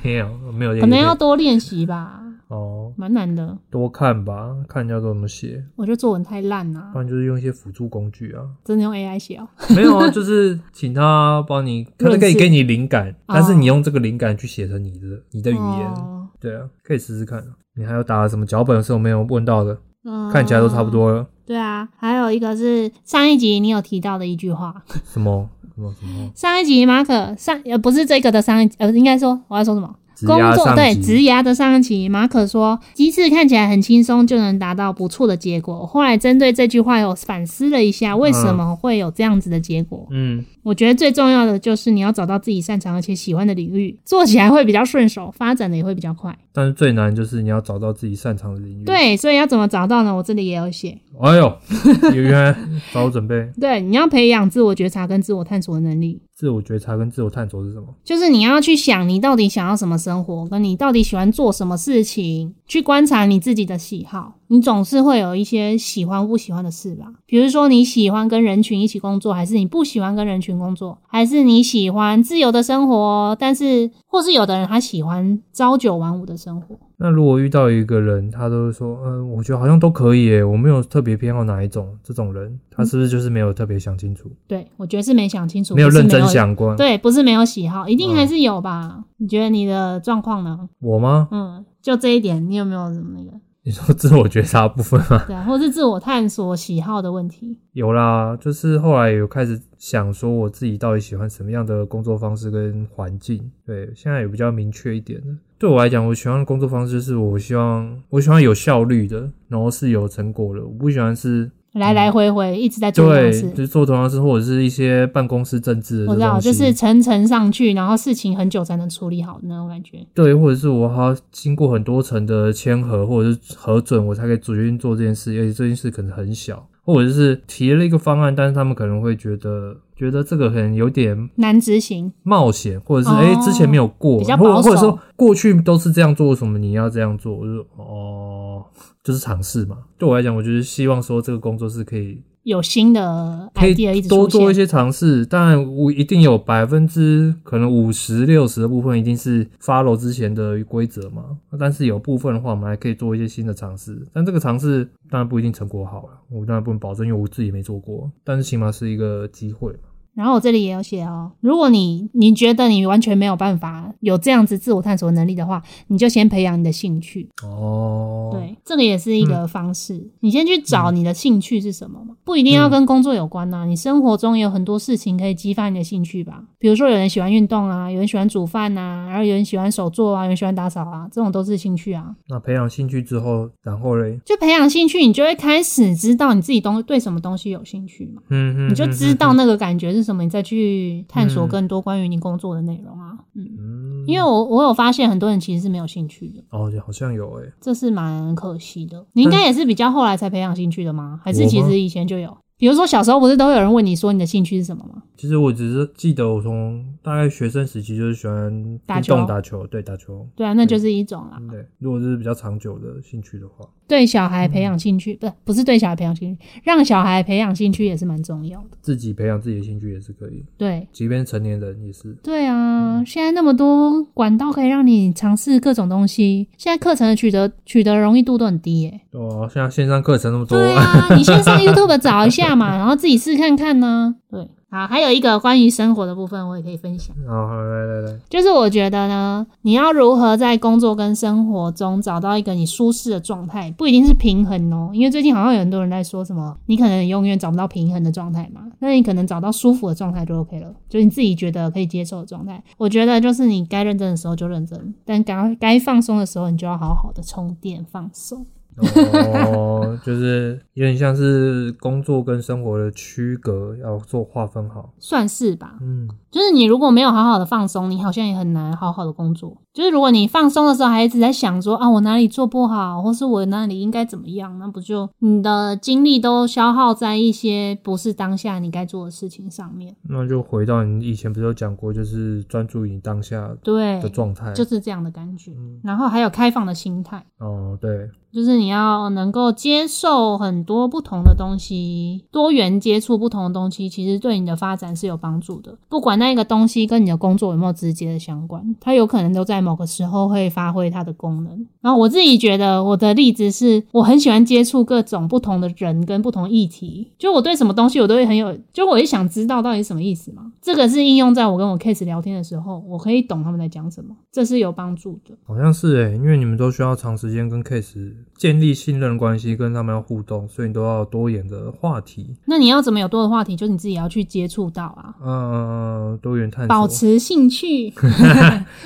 没有没有这个，
可能要多练习吧，
哦
蛮难的。
多看吧，看人家怎么写，
我觉得作文太烂啦、
不然就是用一些辅助工具啊。
真的用 AI 写哦、
没有啊，就是请他帮你，可能可
润
以
饰
给你灵感，但是你用这个灵感去写成你的你的语言，
哦
对啊，可以试试看。你还有打什么脚本是我没有问到的，
嗯
看起来都差不。多了。
对啊，还有一个是上一集你有提到的一句话，
什么什么什么，
上一集马可上呃不是这个的上一集呃应该说我要说什么？
职
工
涯
作
上
对
级
职涯的上一期，马可说，即使看起来很轻松，就能达到不错的结果。后来针对这句话，有反思了一下，为什么会有这样子的结果？
嗯，
我觉得最重要的就是你要找到自己擅长而且喜欢的领域，做起来会比较顺手，发展的也会比较快。
但是最难就是你要找到自己擅长的领域。，
对，所以要怎么找到呢？我这里也有写，
哎呦， [LAUGHS] 原来早准备
对，你要培养自我觉察跟自我探索的能力。
自我觉察跟自我探索是什么？
就是你要去想你到底想要什么生活，跟你到底喜欢做什么事情，去观察你自己的喜好。你总是会有一些喜欢不喜欢的事吧？比如说你喜欢跟人群一起工作，还是你不喜欢跟人群工作，还是你喜欢自由的生活，但是或是有的人他喜欢朝九晚五的生活。
那如果遇到一个人，他都会说，嗯，我觉得好像都可以耶，我没有特别偏好哪一种，这种人他是不是就是没有特别想清楚，
对我觉得是没想清楚，
没有
不嗯是
认真。想嗯过？
对，不是没有喜好，一定还是有吧？你觉得你的状况呢？
我吗？
嗯，就这一点，你有没有什么那个？
你说自我觉察部分吗？
对啊，或是自我探索喜好的问题。
有啦，就是后来有开始想说我自己到底喜欢什么样的工作方式跟环境。对，现在也比较明确一点了。对我来讲，我喜欢的工作方式就是我希望我喜欢有效率的，然后是有成果的。我不喜欢是
来来回回一直在做这
嗯对
样，事。
就是做同样的事，或者是一些办公室政治的
我
这
知道，
东西
就是层层上去，然后事情很久才能处理好的那种感觉。
对，或者是我还要经过很多层的签合或者是核准，我才可以决定做这件事，而且这件事可能很小，或者是提了一个方案，但是他们可能会觉得觉得这个可能有点
难执行，
冒险，或者是
哦
哎、之前没有过，
比较
或
保
者
守
或者说过去都是这样做，为什么你要这样做？我就说哦，就是尝试嘛。对我来讲，我就是希望说这个工作是可以
有新的
可
idea 一
以
直
多
出
做一
现。
些尝试，但我一定有百分之可能五十六十的部分一定是 follow 之前的规则嘛。但是有部分的话，我们还可以做一些新的尝试。但这个尝试当然不一定成果好了，我当然不能保证，因为我自己没做过。但是起码是一个机会嘛。
然后我这里也有写哦，如果你你觉得你完全没有办法有这样子自我探索能力的话，你就先培养你的兴趣。
哦，，嗯
对，这个也是一个方式。你先去找你的兴趣是什么嘛，不一定要
嗯
跟工作有关呐、你生活中也有很多事情可以激发你的兴趣吧。比如说，有人喜欢运动啊，有人喜欢煮饭呐、然后有人喜欢手作啊，有人喜欢打扫啊，这种都是兴趣啊。
那培养兴趣之后，然后嘞，
就培养兴趣，你就会开始知道你自己东对什么东西有兴趣嘛，
嗯嗯，
你就知道那个感觉是什么，你再去探索
嗯
更多关于你工作的内容啊。嗯，
嗯，嗯，
因为我我有发现很多人其实是没有兴趣的。
哦，好像有诶、
这是蛮可惜的。你应该也是比较后来才培养兴趣的吗？还是其实以前就有？比如说小时候不是都会有人问你说你的兴趣是什么吗？
其实我只是记得我从大概学生时期就是喜欢
打
运
球
动打球，对打球，
对啊，那就是一种啦。
对，如果是比较长久的兴趣的话，
对小孩培养兴趣，不是不是对小孩培养兴趣，让小孩培养兴趣也是蛮重要的。
自己培养自己的兴趣也是可以，
对
即便成年人也是。
对啊，现在那么多管道可以让你尝试各种东西，现在课程的取得取得容易度都很低耶、
哦，像线上课程那么多， [LAUGHS]
对啊，你先上 YouTube 找一下嘛，然后自己试看看呢、对，好，还有一个关于生活的部分，我也可以分享。
好，好哦来来来，
就是我觉得呢，你要如何在工作跟生活中找到一个你舒适的状态，不一定是平衡哦。因为最近好像有很多人在说什么，你可能永远找不到平衡的状态嘛，那你可能找到舒服的状态就 OK 了，就是你自己觉得可以接受的状态。我觉得就是你该认真的时候就认真，但该该放松的时候，你就要好好的充电放松。
哦， [LAUGHS] 就是有点像是工作跟生活的区隔要做划分好。
算是吧，
嗯，
就是你如果没有好好的放松，你好像也很难好好的工作。就是如果你放松的时候还一直在想说啊，我哪里做不好，或是我哪里应该怎么样，那不就你的精力都消耗在一些不是当下你该做的事情上面？
那就回到你以前不是有讲过，就是专注于你当下
对
的，状态。
就是这样的感觉。
嗯，
然后还有开放的心态，
哦，对，
就是你要能够接受很多不同的东西，多元接触不同的东西，其实对你的发展是有帮助的。不管那个东西跟你的工作有没有直接的相关，它有可能都在某个时候会发挥它的功能。然后我自己觉得我的例子是，我很喜欢接触各种不同的人跟不同议题，就我对什么东西我都会很有，就我也想知道到底是什么意思嘛。这个是应用在我跟我 case 聊天的时候，我可以懂他们在讲什么，这是有帮助的。
好像是欸诶，因为你们都需要长时间跟 case 建立信任关系，跟他们要互动，所以你都要多元的话题，
那你要怎么有多的话题，就是你自己要去接触到啊。
嗯、多元探索，
保持兴
[LAUGHS]
趣，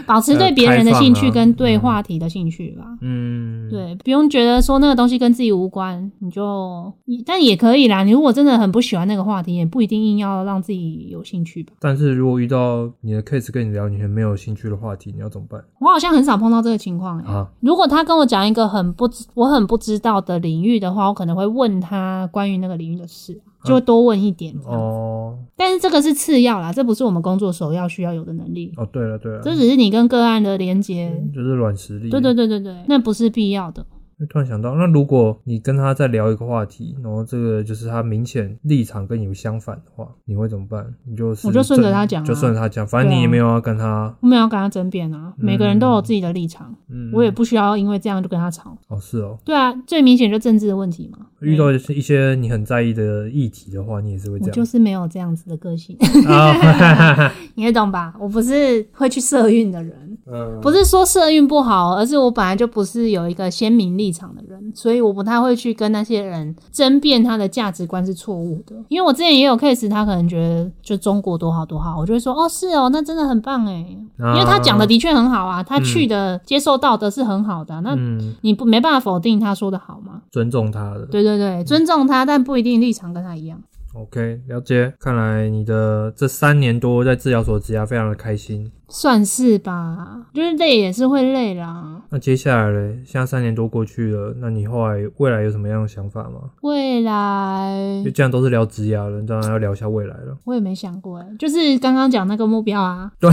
保持对别人的兴
呃
趣跟对话题的兴趣吧。
啊嗯，，
对，不用觉得说那个东西跟自己无关，你就但也可以啦。你如果真的很不喜欢那个话题，也不一定硬要让自己有兴趣吧。
但是如果遇到你的 case 跟你聊你很没有兴趣的话题，你要怎么办
我好像很少碰到这个情况、欸。
啊？
如果他跟我讲一个很不知我很不知道的领域的话，我可能会问他关于那个领域的事，啊就会多问一点这样。
嗯哦
但是这个是次要啦，这不是我们工作首要需要有的能力，
哦，嗯对了对了，
这只是你跟个案的连接。
就是软实力。
对对对对对，那不是必要的。
那突然想到，那如果你跟他再聊一个话题，然后这个就是他明显立场跟你相反的话，你会怎么办？你就是
我就顺着
正
他讲啊
就顺着他讲，反正
对啊
你也没有要跟他，
我们要跟他争辩啊，每个人都有自己的立场，
嗯，
我也不需要因为这样就跟他吵。
哦是哦，
对啊，最明显就政治的问题嘛。
遇到一些你很在意的议题的话，你也是会这
我
样
就是没有这样子的个性，
[LAUGHS] 啊，
[LAUGHS] 你也懂吧？我不是会去社运的人，
嗯，
不是说社运不好，而是我本来就不是有一个鲜明立场的人，所以我不太会去跟那些人争辩他的价值观是错误的。因为我之前也有 case，他可能觉得就中国多好多好，我就会说哦是哦，那真的很棒诶。因为他讲的的确很好啊，他去的、接受到的是很好的啊、那
嗯，
你不没办法否定他说的好吗？
尊重他的，
对对对，尊重他，但不一定立场跟他一样。
OK，了解。看来你的这三年多在治疗所职啊涯非常的开心。
算是吧，就是累也是会累啦。
那接下来嘞，现在三年多过去了，那你后来未来有什么样的想法吗？
未来
就既然都是聊职涯了，当然要聊一下未来了。
我也没想过哎，就是刚刚讲那个目标啊，对，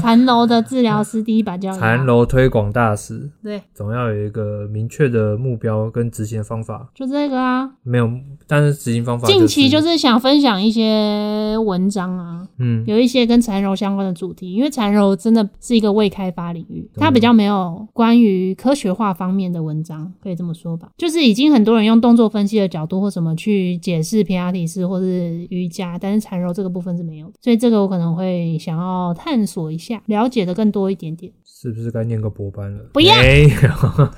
残楼的治疗师第一把交椅啊，
残楼推广大使
对，
总要有一个明确的目标跟执行方法，
就这个啊。
没有，但是执行方法、
近期就是是想分享一些文章啊，
嗯，
有一些跟缠柔相关的主题，因为缠柔真的是一个未开发领域，
啊
它比较没有关于科学化方面的文章，可以这么说吧。就是已经很多人用动作分析的角度或什么去解释皮拉提斯或是瑜伽，但是缠柔这个部分是没有的，所以这个我可能会想要探索一下，了解的更多一点点。
是不是该念个博班了？哎
不要
没有，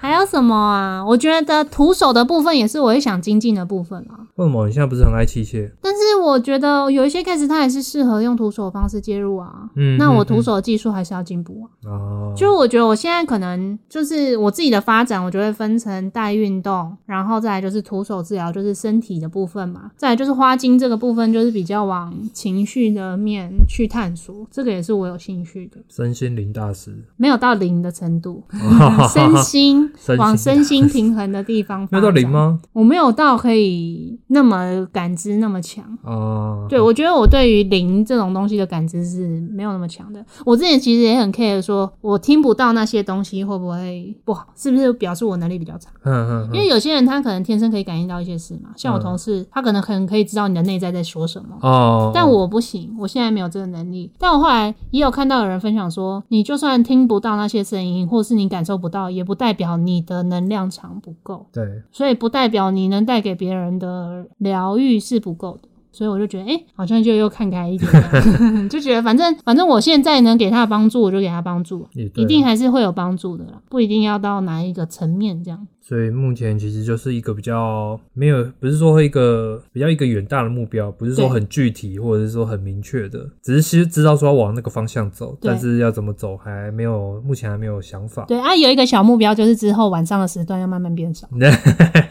还有什么啊？我觉得徒手的部分也是我也想精进的部分啊。
[LAUGHS] 为什么你现在不是很爱器械？
但是我觉得有一些 case 它还是适合用徒手的方式介入啊。
嗯
那我
嗯
徒手的技术还是要进步啊。
啊，
就我觉得我现在可能就是我自己的发展，我就会分成带运动，然后再来就是徒手治疗，就是身体的部分嘛，再来就是花精这个部分，就是比较往情绪的面去探索，这个也是我有兴趣的，
身心灵大师，
没有到零的程
[LAUGHS]
度， [LAUGHS] 身心
身
往
心啊
身心平衡的地方。
[LAUGHS] 没有到零？吗？
我没有到可以那么感知那么强。
啊，
对，我觉得我对于零这种东西的感知是没有那么强的。我之前其实也很 care，说我听不到那些东西会不会不好，是不是表示我能力比较差？
嗯嗯嗯，
因为有些人他可能天生可以感应到一些事嘛，像我
嗯
同事，他可能很可以知道你的内在在说什么。
哦，
但我不行，我现在没有这个能力。但我后来也有看到有人分享说，你就算听不到那些声音，或是你感受不到，也不代表你的能量场不够。
哦对，
所以不代表你能带给别人的疗愈是不够的。所以我就觉得，哎、好像就又看开一点了，
[LAUGHS]
就觉得反正反正我现在能给他的帮助，我就给他帮助，
也对
一
啊
定还是会有帮助的啦，不一定要到哪一个层面这样。
所以目前其实就是一个比较没有，不是说一个比较一个远大的目标，不是说
对
很具体或者是说很明确的，只是其实知道说要往那个方向走，
对
但是要怎么走还没有，目前还没有想法。
对啊，有一个小目标就是之后晚上的时段要慢慢变少。对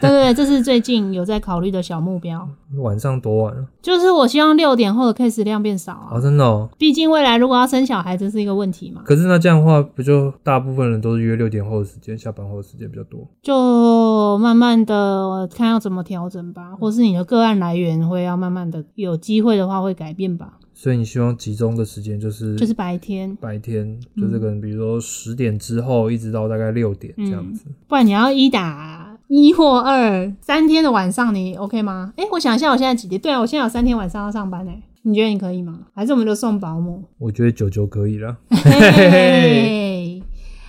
对对，这是最近有在考虑的小目标，
[LAUGHS] 晚上多晚了？
就是我希望六点后的 case 量变少啊
哦，。真的哦。
毕竟未来如果要生小孩，这是一个问题嘛。
可是那这样的话，不就大部分人都是约六点后的时间，下班后的时间比较多？
就慢慢的看要怎么调整吧，或是你的个案来源会要慢慢的有机会的话会改变吧，
所以你希望集中的时间就是
就是白天，
白天，就是可能比如说十点之后一直到大概六点这样子。
不然你要一打一或二三天的晚上，你 OK 吗？诶、我想一下，我现在几点？对啊，我现在有三天晚上要上班诶、你觉得你可以吗？还是我们就送保姆？
我觉得九九可以了。
嘿嘿嘿嘿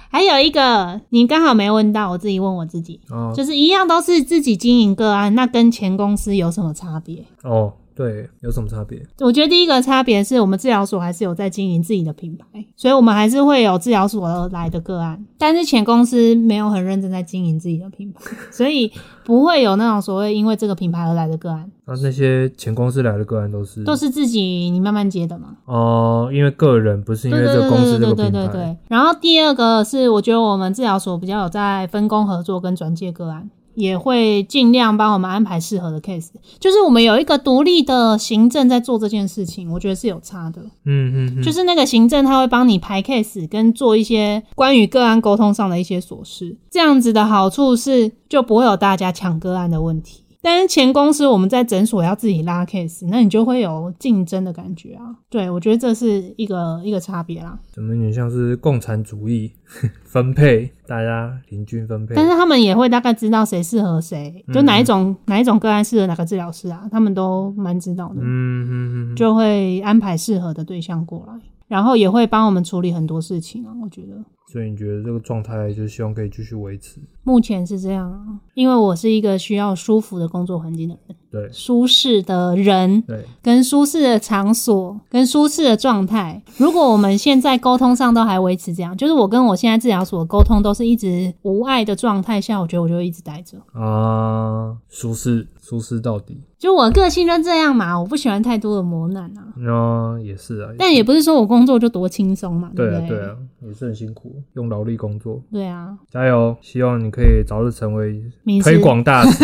还有一个，你刚好没问到，我自己问我自己，
啊
就是一样都是自己经营个案，那跟前公司有什么差别？
[LAUGHS] 哦，对，有什么差别？
我觉得第一个差别是我们治疗所还是有在经营自己的品牌，所以我们还是会有治疗所来的个案，但是前公司没有很认真在经营自己的品牌， [LAUGHS] 所以不会有那种所谓因为这个品牌而来的个案，
那那些前公司来的个案都是
都是自己你慢慢接的嘛。
哦、因为个人不是因
对
为
对
这
对
个公司
对
这个
对
品
对对
牌，
对。然后第二个是，我觉得我们治疗所比较有在分工合作跟转介个案，也会尽量帮我们安排适合的 case，就是我们有一个独立的行政在做这件事情，我觉得是有差的。
嗯嗯嗯，
就是那个行政他会帮你排 case 跟做一些关于个案沟通上的一些琐事，这样子的好处是就不会有大家抢个案的问题。但是前公司我们在诊所要自己拉 case，那你就会有竞争的感觉啊。对，我觉得这是一个一个差别啦。
怎么有点像是共产主义 [LAUGHS] 分配，大家平均分配。
但是他们也会大概知道谁适合谁，
嗯
就哪一种、哪一种个案适合哪个治疗师啊，他们都蛮知道的。
嗯嗯嗯，
就会安排适合的对象过来，然后也会帮我们处理很多事情啊。我觉得，
所以你觉得这个状态就希望可以继续维持？
目前是这样啊，因为我是一个需要舒服的工作环境的人，
对
舒适的人，
对，
跟舒适的场所，跟舒适的状态。如果我们现在沟通上都还维持这样，就是我跟我现在治疗所沟通都是一直无碍的状态下，我觉得我就会一直待着。
啊，舒适舒适到底，
就我个性就这样嘛，我不喜欢太多的磨难啊。
那、也是啊，
但也不是说我工作就多轻松嘛，
对
不
啊
对？
对啊，也是很辛苦，用劳力工作，
对啊，
加油！希望你可以早日成为
名师
推广
[LAUGHS]
大使。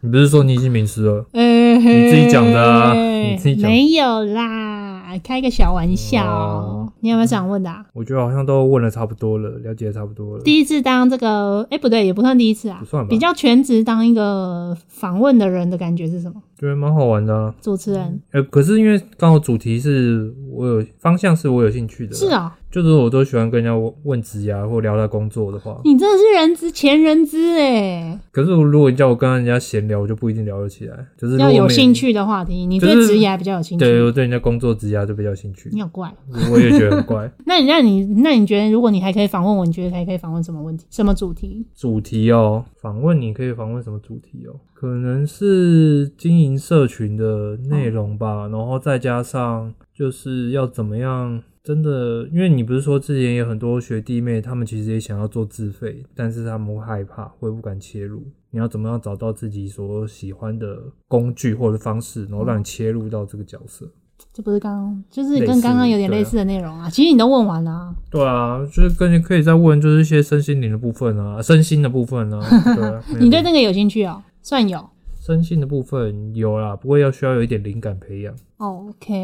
你不是说你已经名师了？
呃，
你自己讲的啊你自己讲
没有啦，开个小玩笑。
哦
你有没有想问的、啊？
我觉得好像都问了差不多了，了解得差不多了。
第一次当这个，哎、不对，也不算第一次啊
不，算吧
比，较全职当一个访问的人的感觉是什么？
觉得蛮好玩的、啊。
主持人、
呃，可是因为刚好主题是我有方向是我有兴趣的，
是，哦，
就是我都喜欢跟人家问问职涯或聊他工作的话。
你真的是人资前人资哎，
可是如果你叫我跟人家闲聊，我就不一定聊得起来。就是如果
要有
没
兴，趣的话题，你
就
对
是
职业还比较有兴趣。
对我对人家工作职涯就比较有兴趣
你，好怪。
我也觉得很怪。
那你那你那你觉得，如果你还可以访问我，你觉得还可以访问什么问题？什么主题？
主题哦，访问你可以访问什么主题哦？可能是经营社群的内容吧，然后再加上就是要怎么样。真的，因为你不是说之前有很多学弟妹，他们其实也想要做自费，但是他们会害怕，会不敢切入。你要怎么样找到自己所喜欢的工具或者方式，然后让你切入到这个角色？
这不是刚刚，就是
类
跟
似
刚刚有点
对啊
类似的内容啊。其实你都问完了、啊。
对啊，就是跟你可以再问，就是一些身心灵的部分啊，身心的部分啊。
[LAUGHS]
对啊
你对那个有兴趣哦？算有。
身心的部分有啦，不过要需要有一点灵感培养。 [LAUGHS]
OK，、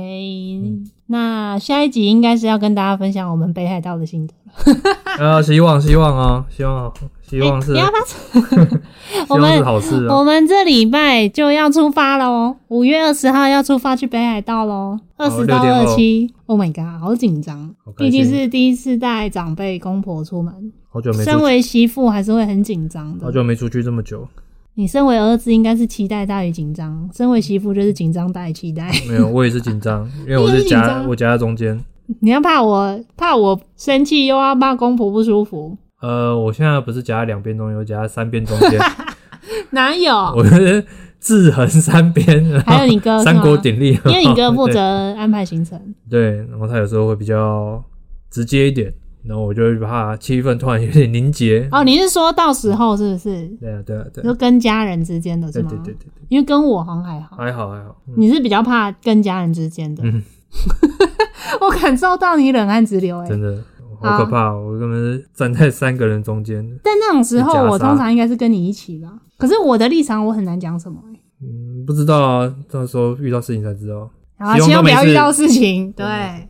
那
嗯
下一集应该是要跟大家分享我们北海道的心得。
啊，希望希望啊，希望希望是、
哎你要
希
发财
[LAUGHS]
我
望是
们
好事啊。
我们这礼拜就要出发喽，五月二十号要出发去北海道喽，
好
二十到
六天
二
后
七。Oh my god，好紧张
好，开
毕
心
竟是第一次带长辈公婆出门，
好久没出
身为媳妇还是会很紧张
好
的。
久没出去这么久，
你身为儿子应该是期待大于紧张，身为媳妇就是紧张大于期待。 [LAUGHS]
没有，我也是紧张，因为我
你也
是
是紧
夹
张
我夹在中间。
你要怕我怕我生气，又要怕公婆不舒服， [LAUGHS]
呃，我现在不是夹在两边中间，我夹在三边中间。
哪有？
我就是制衡三边，然后
还有你哥是吗
[LAUGHS] 三国鼎立，
因为你哥负责安排行程，
[LAUGHS] 对，然后他有时候会比较直接一点，然后我就会怕气氛突然有点凝结。
哦，你是说到时候是不是？
对啊，对啊，对啊
就跟家人之间的是
对
吗？
对对对对，
因为跟我好像还好，
还好还好，嗯
你是比较怕跟家人之间的。
嗯
[LAUGHS] 我感受到你冷汗直流哎、啊
真的好可怕哦，我根本是站在三个人中间。
但那种时候
你夹，杀
我通常应该是跟你一起吧。可是我的立场，我很难讲什么、欸。
嗯，不知道啊，到时候遇到事情才知道。
好啊，
希望
千万
都
不要
没事
遇到事情。
对
对，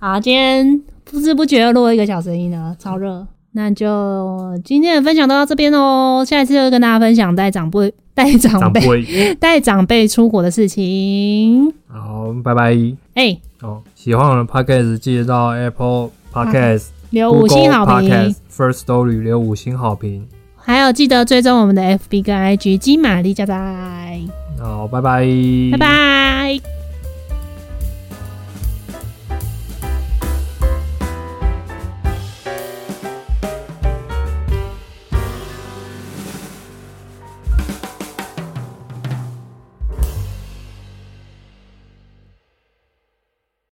好，今天不知不觉又录了一个小声音了，超热。那就今天的分享都到这边哦，下一次就跟大家分享带长辈、 [LAUGHS] 带长
长
辈、
辈，
带长辈出国的事情。
好，拜拜。
哎、
哦，喜欢我的 podcast 记得到 Apple
[LAUGHS]
Podcast、
留五
Google
星好评
Podcast、，First Story 留五星好评。
还有记得追踪我们的 FB 跟 IG 金玛丽家仔，
好，拜拜，
拜拜。